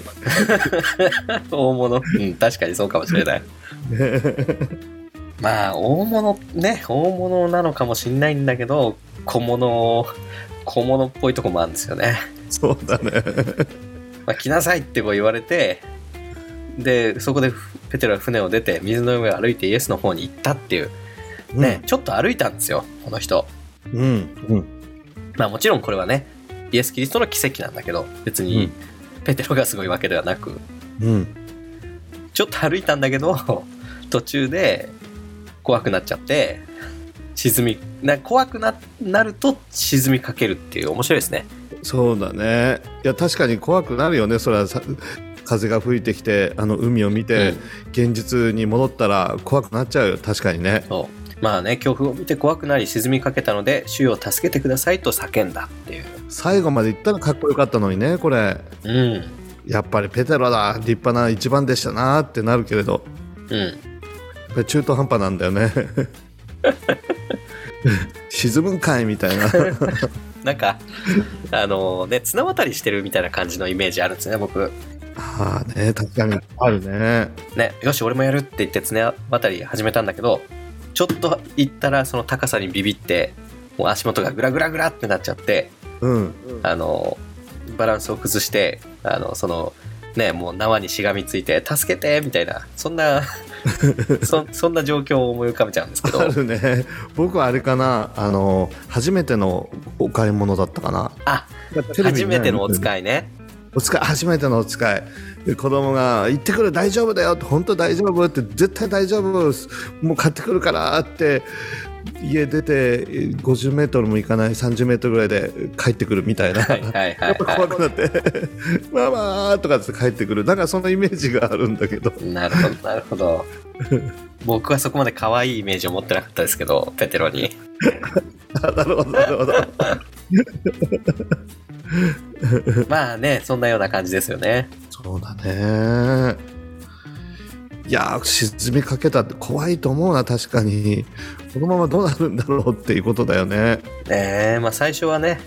大物うん確かにそうかもしれないまあ大物ね大物なのかもしんないんだけど小物小物っぽいとこもあるんですよね、そうだね。まあ、来なさいってこう言われてでそこでペテロは船を出て水の上を歩いてイエスの方に行ったっていうね、ちょっと歩いたんですよこの人うん。うん。まあもちろんこれはねイエス・キリストの奇跡なんだけど別うにんペテロがすごいわけではなくうん。ちょっと歩いたんだけど 途中で怖くなっちゃって沈みな怖くななると沈みかけるっていう面白いですねそうだね。いや、確かに怖くなるよね、それはさ。風が吹いてきて、あの海を見て、うん現実に戻ったら怖くなっちゃうよ、確かにね。そうまあね恐怖を見て怖くなり沈みかけたので主よ助けてくださいと叫んだっていう最後まで行ったらかっこよかったのにね、これ。うんやっぱりペテロだ、立派な一番でしたなってなるけれど、うんやっぱり中途半端なんだ よね。沈むんかいみた いな。なんか あのね綱渡りしてるみたいな感じのイメージあるんですね僕ああね、確かにあるね。ねよし俺もやるって言って綱渡り始めたんだけどちょっと行ったらその高さにビビってもう足元がグラグラグラってなっちゃってうん。あのバランスを崩してあのそのねもう縄にしがみついて「助けて!」みたいなそんな そそんな状況を思い浮かべちゃうんですけどあ るね。僕はあれかな、あの、初めてのお買い物だったかな。あテレビ初にねめてのお見る使いねお使い、初めてのお使い。で子供が行ってくる大丈夫だよって本当大丈夫って絶対大丈夫もう買ってくるからって家出て50メートルも行かない30メートルぐらいで帰ってくるみたいな、はいはいはやっい、ぱ怖はくなって 「ママ!」とかって帰ってくるなんかそのイメージがあるんだけど い、なるほどなるほど僕はそこまで可愛いイメージを持ってなかったですけどペテロにあなるほどなるほどまあねそんなような感じですよねそうだねいやー沈みかけたって怖いと思うな確かにこのままどうなるんだろうっていうことだよねねえまあ最初はね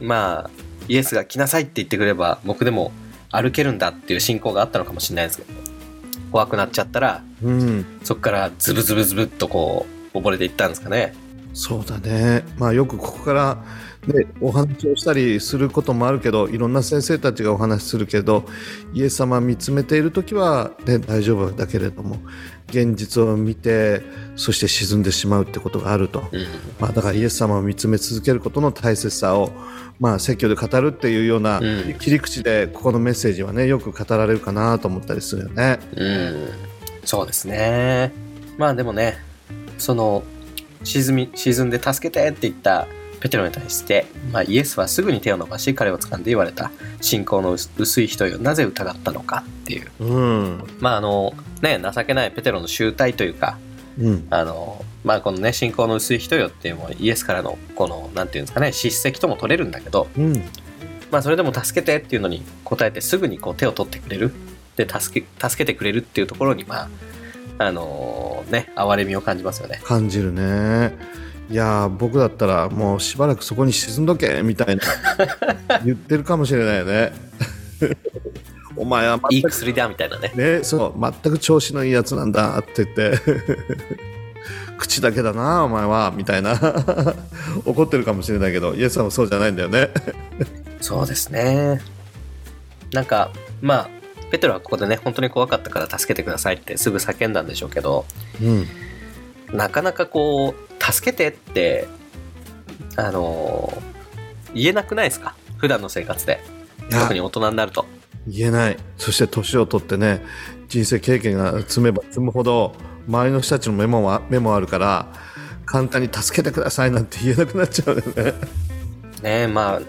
まあイエスが来なさいって言ってくれば僕でも歩けるんだっていう信仰があったのかもしれないですけど怖くなっちゃったらうんそこからズブズブズブっとこう溺れていったんですかねそうだね、まあ、よくここから、ね、お話をしたりすることもあるけどいろんな先生たちがお話しするけどイエス様見つめている時は、ね、大丈夫だけれども現実を見てそして沈んでしまうってことがあると、うんまあ、だからイエス様を見つめ続けることの大切さを、まあ、説教で語るっていうようなうん切り口でここのメッセージはねよく語られるかなと思ったりするよね。うんそうですねまあでもねその沈み沈んで助けてって言ったペテロに対して、まあ、イエスはすぐに手を伸ばし彼を掴んで言われた信仰の薄薄い人よなぜ疑ったのかっていううんまああのね情けないペテロの集大というかうんあのまあこのね信仰の薄い人よっていうのもイエスからのこのなんていうんですかね叱責とも取れるんだけどうんまあそれでも助けてっていうのに答えてすぐにこう手を取ってくれるで助け助けてくれるっていうところにまああのね哀れみを感じますよね。感じるねいやー僕だったらもうしばらくそこに沈んどけみたいな言ってるかもしれないよね お前は全いいく薬だみたいなね。ねそう全く調子のいいやつなんだって言って 口だけだなお前はみたいな 怒ってるかもしれないけどイエスさんもそうじゃないんだよねそうですね。なんかまあペテロはここでね本当に怖かったから助けてくださいってすぐ叫んだんでしょうけどうんなかなかこう助けてってあのー言えなくないですか普段の生活で特に大人になると言えないそして年を取ってね人生経験が積めば積むほど周りの人たちの目もわ目もあるから簡単に助けてくださいなんて言えなくなっちゃうよねねまあ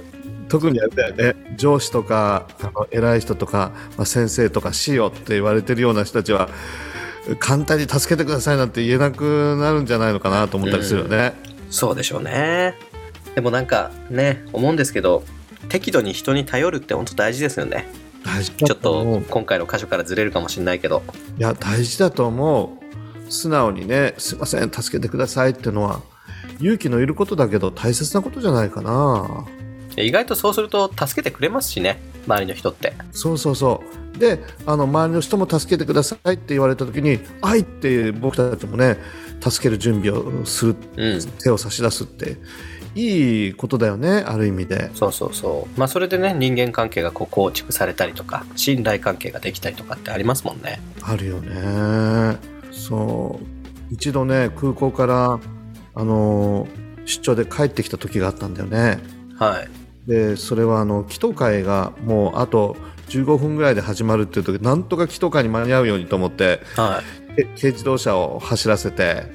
特にあれだよね上司とかあの偉い人とか、まあ、先生とか師よって言われてるような人たちは簡単に助けてくださいなんて言えなくなるんじゃないのかなと思ったりするよね、そうでしょうねでもなんかね思うんですけど適度に人に頼るって本当大事ですよね大事ちょだっと思うと今回の箇所からずれるかもしれないけどいや大事だと思う素直にねすいません助けてくださいってのは勇気のいることだけど大切なことじゃないかな意外とそうすると助けてくれますしね周りの人ってそうそうそうであの周りの人も助けてくださいって言われた時に「愛」って僕たちもね助ける準備をする、うん手を差し出すっていいことだよねある意味でそうそうそうまあそれでね人間関係がこう構築されたりとか信頼関係ができたりとかってありますもんねあるよねそう一度ね空港からあの出張で帰ってきた時があったんだよねはいでそれはあの祈祷会がもうあと15分ぐらいで始まるっていう時なんとか祈祷会に間に合うようにと思ってはいえ軽自動車を走らせて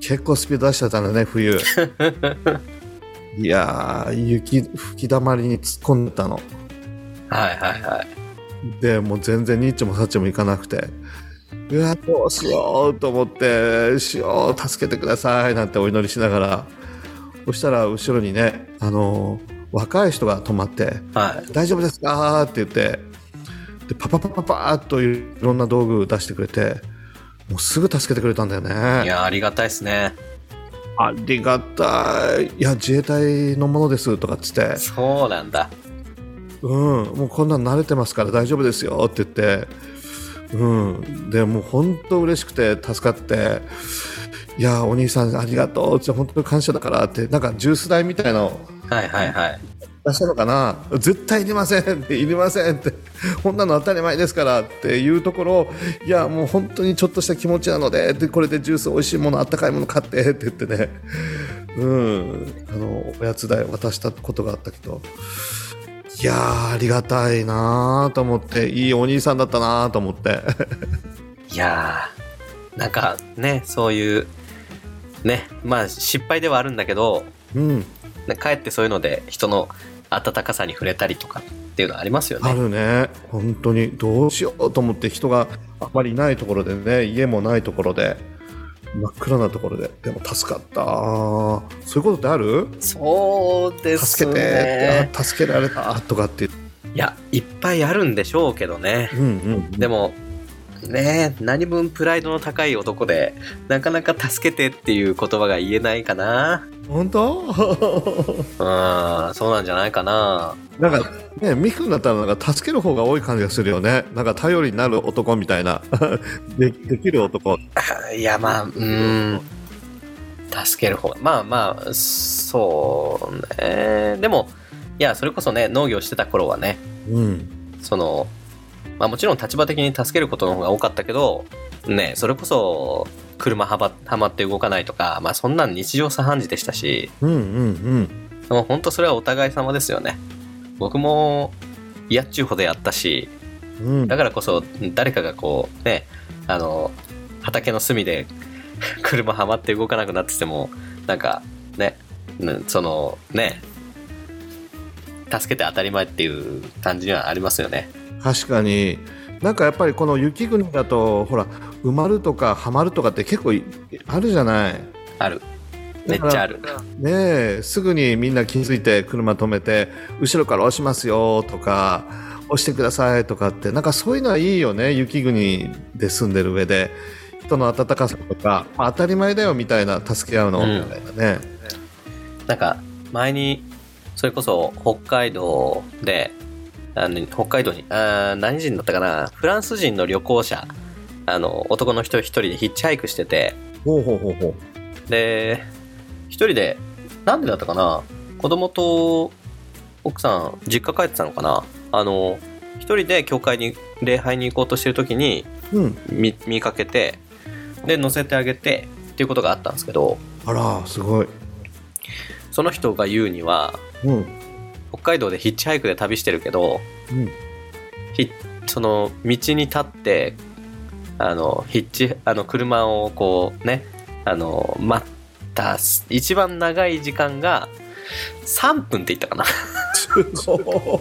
結構スピード出しちゃったんだね冬いやー雪吹きだまりに突っ込んでたのはいはいはいでもう全然ニッチもサッチもいかなくてうわどうしようと思って「しよう助けてください」なんてお祈りしながらそしたら後ろにねあのー若い人が止まってはい大丈夫ですか?」って言ってでパパパパパーっといろんな道具出してくれてもうすぐ助けてくれたんだよねいやありがたいですねありがたいいや自衛隊のものですとかっつってそうなんだうんもうこんなん慣れてますから大丈夫ですよって言ってうんでもう本当嬉しくて助かっていやお兄さんありがとうって本当に感謝だからってなんかジュース代みたいなのはいはいはい出したのかな絶対いりませんっていりませんってこんなの当たり前ですからっていうところいやもう本当にちょっとした気持ちなのででこれでジュース美味しいものあったかいもの買ってって言ってねうんあのおやつ代渡したことがあったけどいやーありがたいなーと思っていいお兄さんだったなーと思って いやーなんかねそういうねまあ失敗ではあるんだけどうんねかえってそういうので人の温かさに触れたりとかっていうのはありますよあねるね本当にどうしようと思って人があまりいないところでね家もないところで真っ暗なところででも助かったそういうことってあるそうです助けねてってあ助けられたとかっていやいっぱいあるんでしょうけどねうんうんでもねえ何分プライドの高い男でなかなか助けてっていう言葉が言えないかな本当うんそうなんじゃないかな なんかねミクになったらなんか助ける方が多い感じがするよねなんか頼りになる男みたいな でできる男いやまあうん助ける方がまあまあそうねでもいやそれこそね農業してた頃はねうんそのまあもちろん立場的に助けることの方が多かったけどねそれこそ車はばはまって動かないとかまあそんなん日常茶飯事でしたしうんうんもう本当それはお互い様ですよね僕もやっちゅうほどやったしうんうんだからこそ誰かがこうねあの畑の隅で 車はまって動かなくなっててもなんかねねそのね助けて当たり前っていう感じにはありますよね確かになんかやっぱりこの雪国だとほら埋まるとかはまるとかって結構いあるじゃないあるめっちゃあるねえすぐにみんな気づいて車止めて後ろから押しますよとか押してくださいとかってなんかそういうのはいいよね雪国で住んでる上で人の温かさとか、まあ、当たり前だよみたいな助け合うのうんみたいなね、なんか前にそれこそ北海道であの北海道にあー何人だったかなフランス人の旅行者あの男の人一人でヒッチハイクしててほうほうほうほで一人でなんでだったかな子供と奥さん実家帰ってたのかなあの一人で教会に礼拝に行こうとしてる時にうん見見かけてで乗せてあげてっていうことがあったんですけどあらすごいその人が言うにはうん北海道でヒッチハイクで旅してるけどうんひその道に立ってあのヒッチあの車をこうねあの待った一番長い時間が3分って言ったかな すご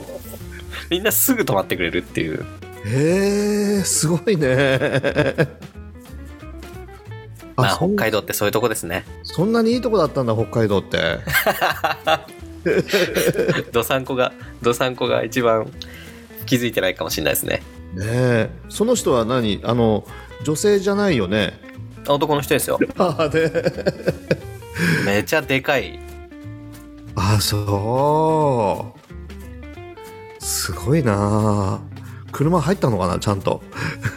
みんなすぐ止まってくれるっていういへえすごい ねまあそん北海道ってそういうとこですねそんなにいいとこだったんだ北海 道ってどさんこがどさんこが一番気づいてないかもしれないですねねえその人は何あの女性じゃないよ ね男の人ですよああねめちゃでかい あそうすごいな車入ったのかなちゃんと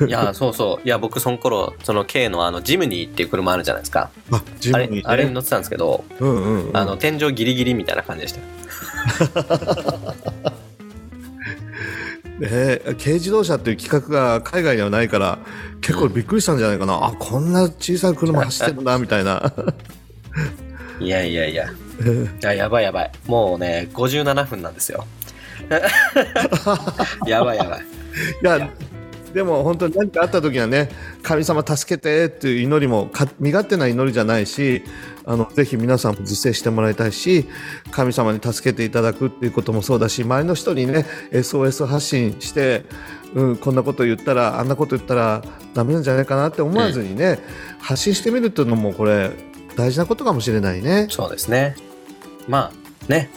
いやそうそういや僕その頃その K のあのジムニーっていう車あるじゃないですかあジあムれに、ね、あれに乗ってたんですけどうんうん、うん、あの天井ギリギリみたいな感じでしたねえ軽自動車っていう企画が海外ではないから結構びっくりしたんじゃないかな、あこんな小さい車走ってるんだみた いない やいやいやあやばいやばいもうね57分なんですよ やばいやばいいやでも本当に何かあった時はね神様助けてっていう祈りもか身勝手な祈りじゃないしあのぜひ皆さんも実践してもらいたいし神様に助けていただくっていうこともそうだし周りの人にね SOS 発信して、うん、こんなこと言ったらあんなこと言ったらダメなんじゃないかなって思わずにね、発信してみるっていうのもこれ大事なことかもしれないね。そうですねまあね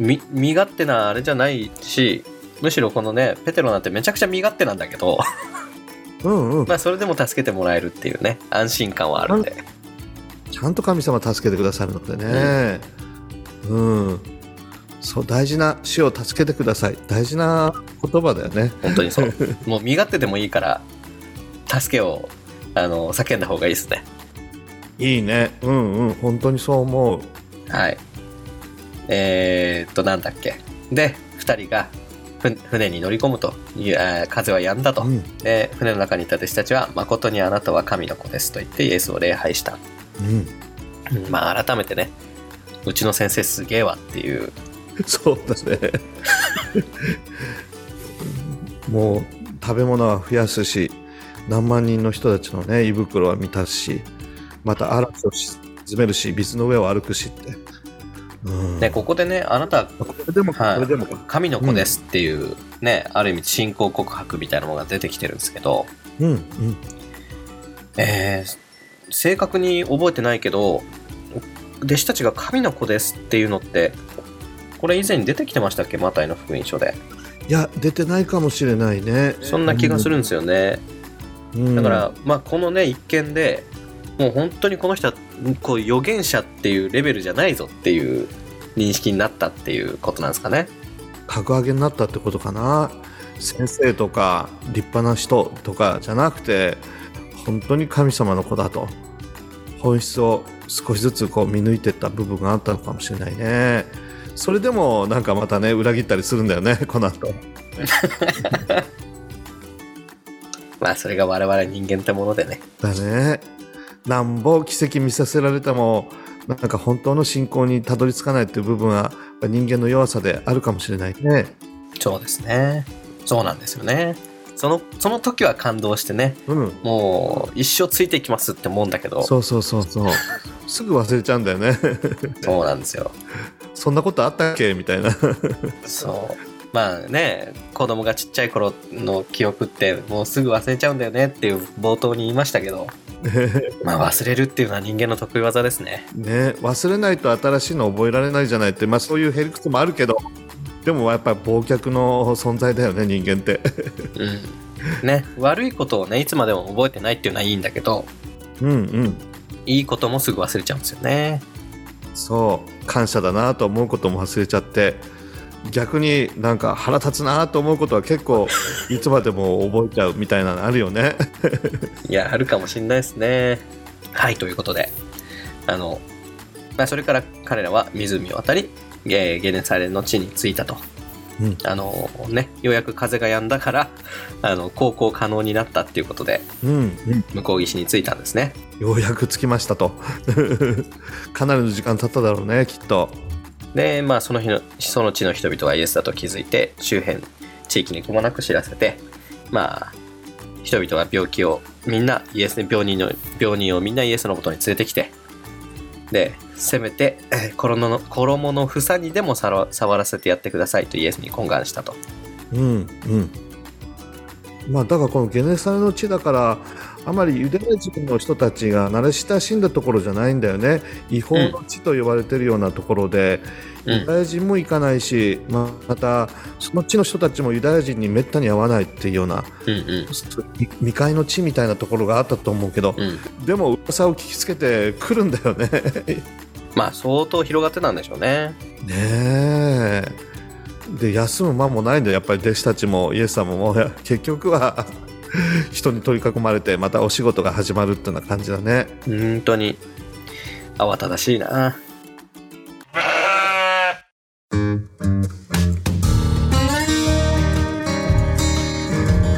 み身勝手なあれじゃないしむしろこのねペテロなんてめちゃくちゃ身勝手なんだけど うんうん、まあそれでも助けてもらえるっていうね安心感はあるんでちゃんと神様助けてくださるのでね、うん、そう大事な死を助けてください、大事な言葉だよね。本当にそうもう身勝手でもいいから助けをあの叫んだ方がいいですねいいね、うんうん、本当にそう思う。はい。えー、っと、なんだっけ。で、2人がふ船に乗り込むという、えー風は止んだと。うんで、船の中にいた弟子たちは、誠にあなたは神の子ですと言ってイエスを礼拝した。うん、うんまあ、改めてね、うちの先生すげえわっていう、そうだね。 もう食べ物は増やすし、何万人の人たちのね胃袋は満たすし、また嵐を沈めるし、水の上を歩くしって。うん、ね、ここでね、あなたはこれでもか、はいこれでもか。神の子ですっていう、ね、ある意味信仰告白みたいなものが出てきてるんですけど、うんうん。えー正確に覚えてないけど弟子たちが神の子ですっていうのってこれ以前に出てきてましたっけマタイの福音書でいや出てないかもしれないねそんな気がするんですよね、だから、、まあ、このね一見でもう本当にこの人はこう預言者っていうレベルじゃないぞっていう認識になったっていうことなんですかねうん格上げになったってことかな先生とか立派な人とかじゃなくて本当に神様の子だと本質を少しずつこう見抜いてった部分があったのかもしれないねそれでもなんかまたね裏切ったりするんだよね この後まあそれが我々人間ってものでねだねなんぼ奇跡見させられてもなんか本当の信仰にたどり着かないっていう部分は人間の弱さであるかもしれないねそうですねそうなんですよねそのその時は感動してねうんもう一生ついていきますって思うんだけどそうそうそうそう。すぐ忘れちゃうんだよね。 そうなんですよそんなことあったっけみたいな。そうまあね子供がちっちゃい頃の記憶ってもうすぐ忘れちゃうんだよねっていう冒頭に言いましたけ どまあ忘れるっていうのは人間の得意技ですね ね、忘れないと新しいの覚えられないじゃないって、まあそういうへりくつもあるけど、でもやっぱり忘却の存在だよね、人間って。うんね悪いことをねいつまでも覚えてないっていうのはいいんだけど うんうん。いいこともすぐ忘れちゃうんですよねそう、感謝だなと思うことも忘れちゃって、逆になんか腹立つなと思うことは結構いつまでも覚えちゃうみたいなのあるよね。いやあるかもしんないですねはいということであの、まあ、それから彼らは湖を渡りえーゲネサレの地に着いたとうんあのね、ようやく風が止んだからあの航行可能になったっていうことでうん向こう岸に着いたんですね ようやく着きましたと かなりの時間経っただろうねきっとで、まあ、その日のその地の人々はイエスだと気づいて周辺地域にくまなく知らせてまあ人々は病気をみんなイエス病人の病人をみんなイエスのことに連れてきてでせめて えー衣の衣の房にでもさら触らせてやってくださいとイエスに懇願したとうんうんまあだからこのゲネサレの地だからあまりユダヤ人の人たちが慣れ親しんだところじゃないんだよね違法の地と呼ばれてるようなところで、うんユダヤ人も行かないし、まあまたその地の人たちもユダヤ人にめったに会わないっていうようなうんうん未未開の地みたいなところがあったと思うけど、うんでも噂を聞きつけてくるんだよねまあ相当広がってたんでしょうねねえで休む間もないんだよやっぱり弟子たちもイエス様もや結局は 人に取り囲まれてまたお仕事が始まるっていうような感じだね本当に慌ただしいな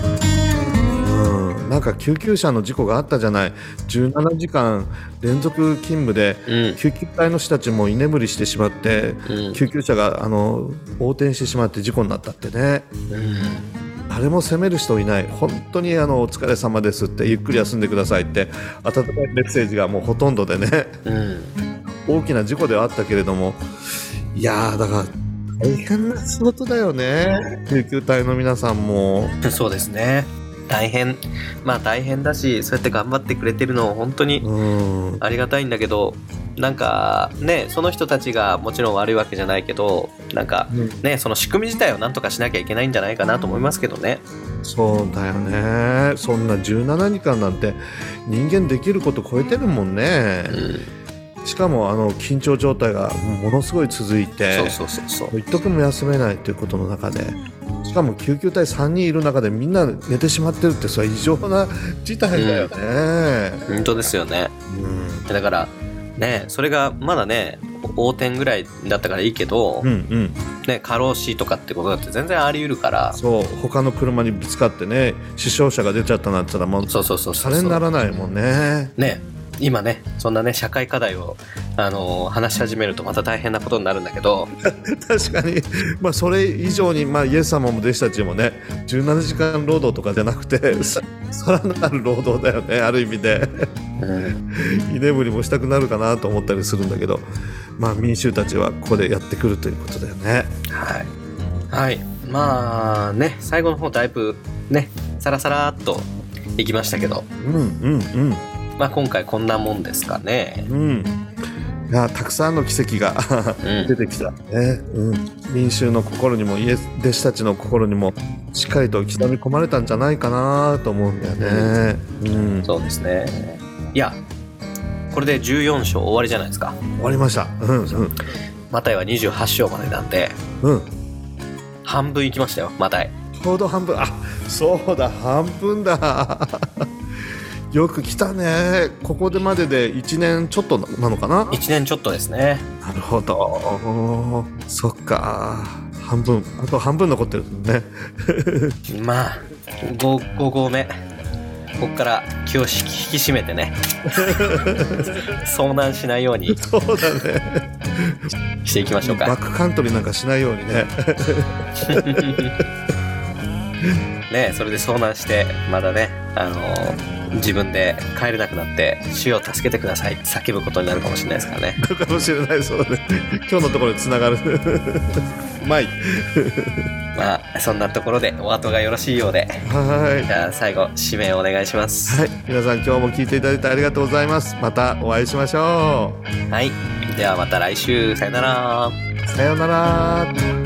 うんなんか救急車の事故があったじゃない17時間連続勤務でうん救急隊の人たちも居眠りしてしまってうん救急車があの横転してしまって事故になったってねうん誰も責める人いない本当にあのお疲れ様ですってゆっくり休んでくださいって温かいメッセージがもうほとんどでねうん大きな事故ではあったけれどもいやーだから大変な仕事だよね救急隊の皆さんも そうですね大変まあ大変だしそうやって頑張ってくれてるの本当にうんありがたいんだけどなんかねその人たちがもちろん悪いわけじゃないけどなんかねその仕組み自体をなんとかしなきゃいけないんじゃないかなと思いますけどねそうだよねそんな17時間なんて人間できること超えてるもんねうんしかもあの緊張状態がものすごい続いてそうそうそうそう一刻も休めないということの中でしかも救急隊3人いる中でみんな寝てしまってるってそれは異常な事態だよね。本当ですよねうんだからねそれがまだね横転ぐらいだったからいいけど、うんうん、ね、過労死とかってことだって全然あり得るからそう他の車にぶつかってね死傷者が出ちゃったなんて言ったらもうそうそうそうそさうれにならないもんね。 ね今ねそんなね社会課題を、あのー話し始めるとまた大変なことになるんだけど確かに、まあ、それ以上に、まあ、イエス様も弟子たちもね17時間労働とかじゃなくてささらなる労働だよねある意味で うん、居眠りもしたくなるかなと思ったりするんだけど、まあ、民衆たちはここでやってくるということだよね。はい、はい、まあね最後の方だいぶねサラサラっといきましたけど、うんうんうんまあ、今回こんなもんですかね、うん、いやたくさんの奇跡がうん出てきたね、うん、民衆の心にもイエス弟子たちの心にもしっかりと刻み込まれたんじゃないかなと思うんだよね、うん、終そうですねいやこれで14章終わりじゃないですかわりましたうんうんマタイは28章までなんでうん半分いきましたよマタイちょうど半分あそうだ半分だ よく来たねここでまでで1年ちょっとなのかな1年ちょっとですねなるほどそっか半分あと半分残ってるねまあ 5, 5合目ここから気を引き締めてね 遭難しないようにそうだねしていきましょうバかックカントリーなんかしないようにねねそれで遭難してまだねあのー自分で帰れなくなって「主を助けてください」叫ぶことになるかもしれないです からねかもしれないそうだね今日のところにつながるうまいまあそんなところでお後がよろしいようではいじゃあ最後締めをお願いしますはい皆さん今日も聞いていただいてありがとうございますまたお会いしましょはいではまた来週さよならうさようなら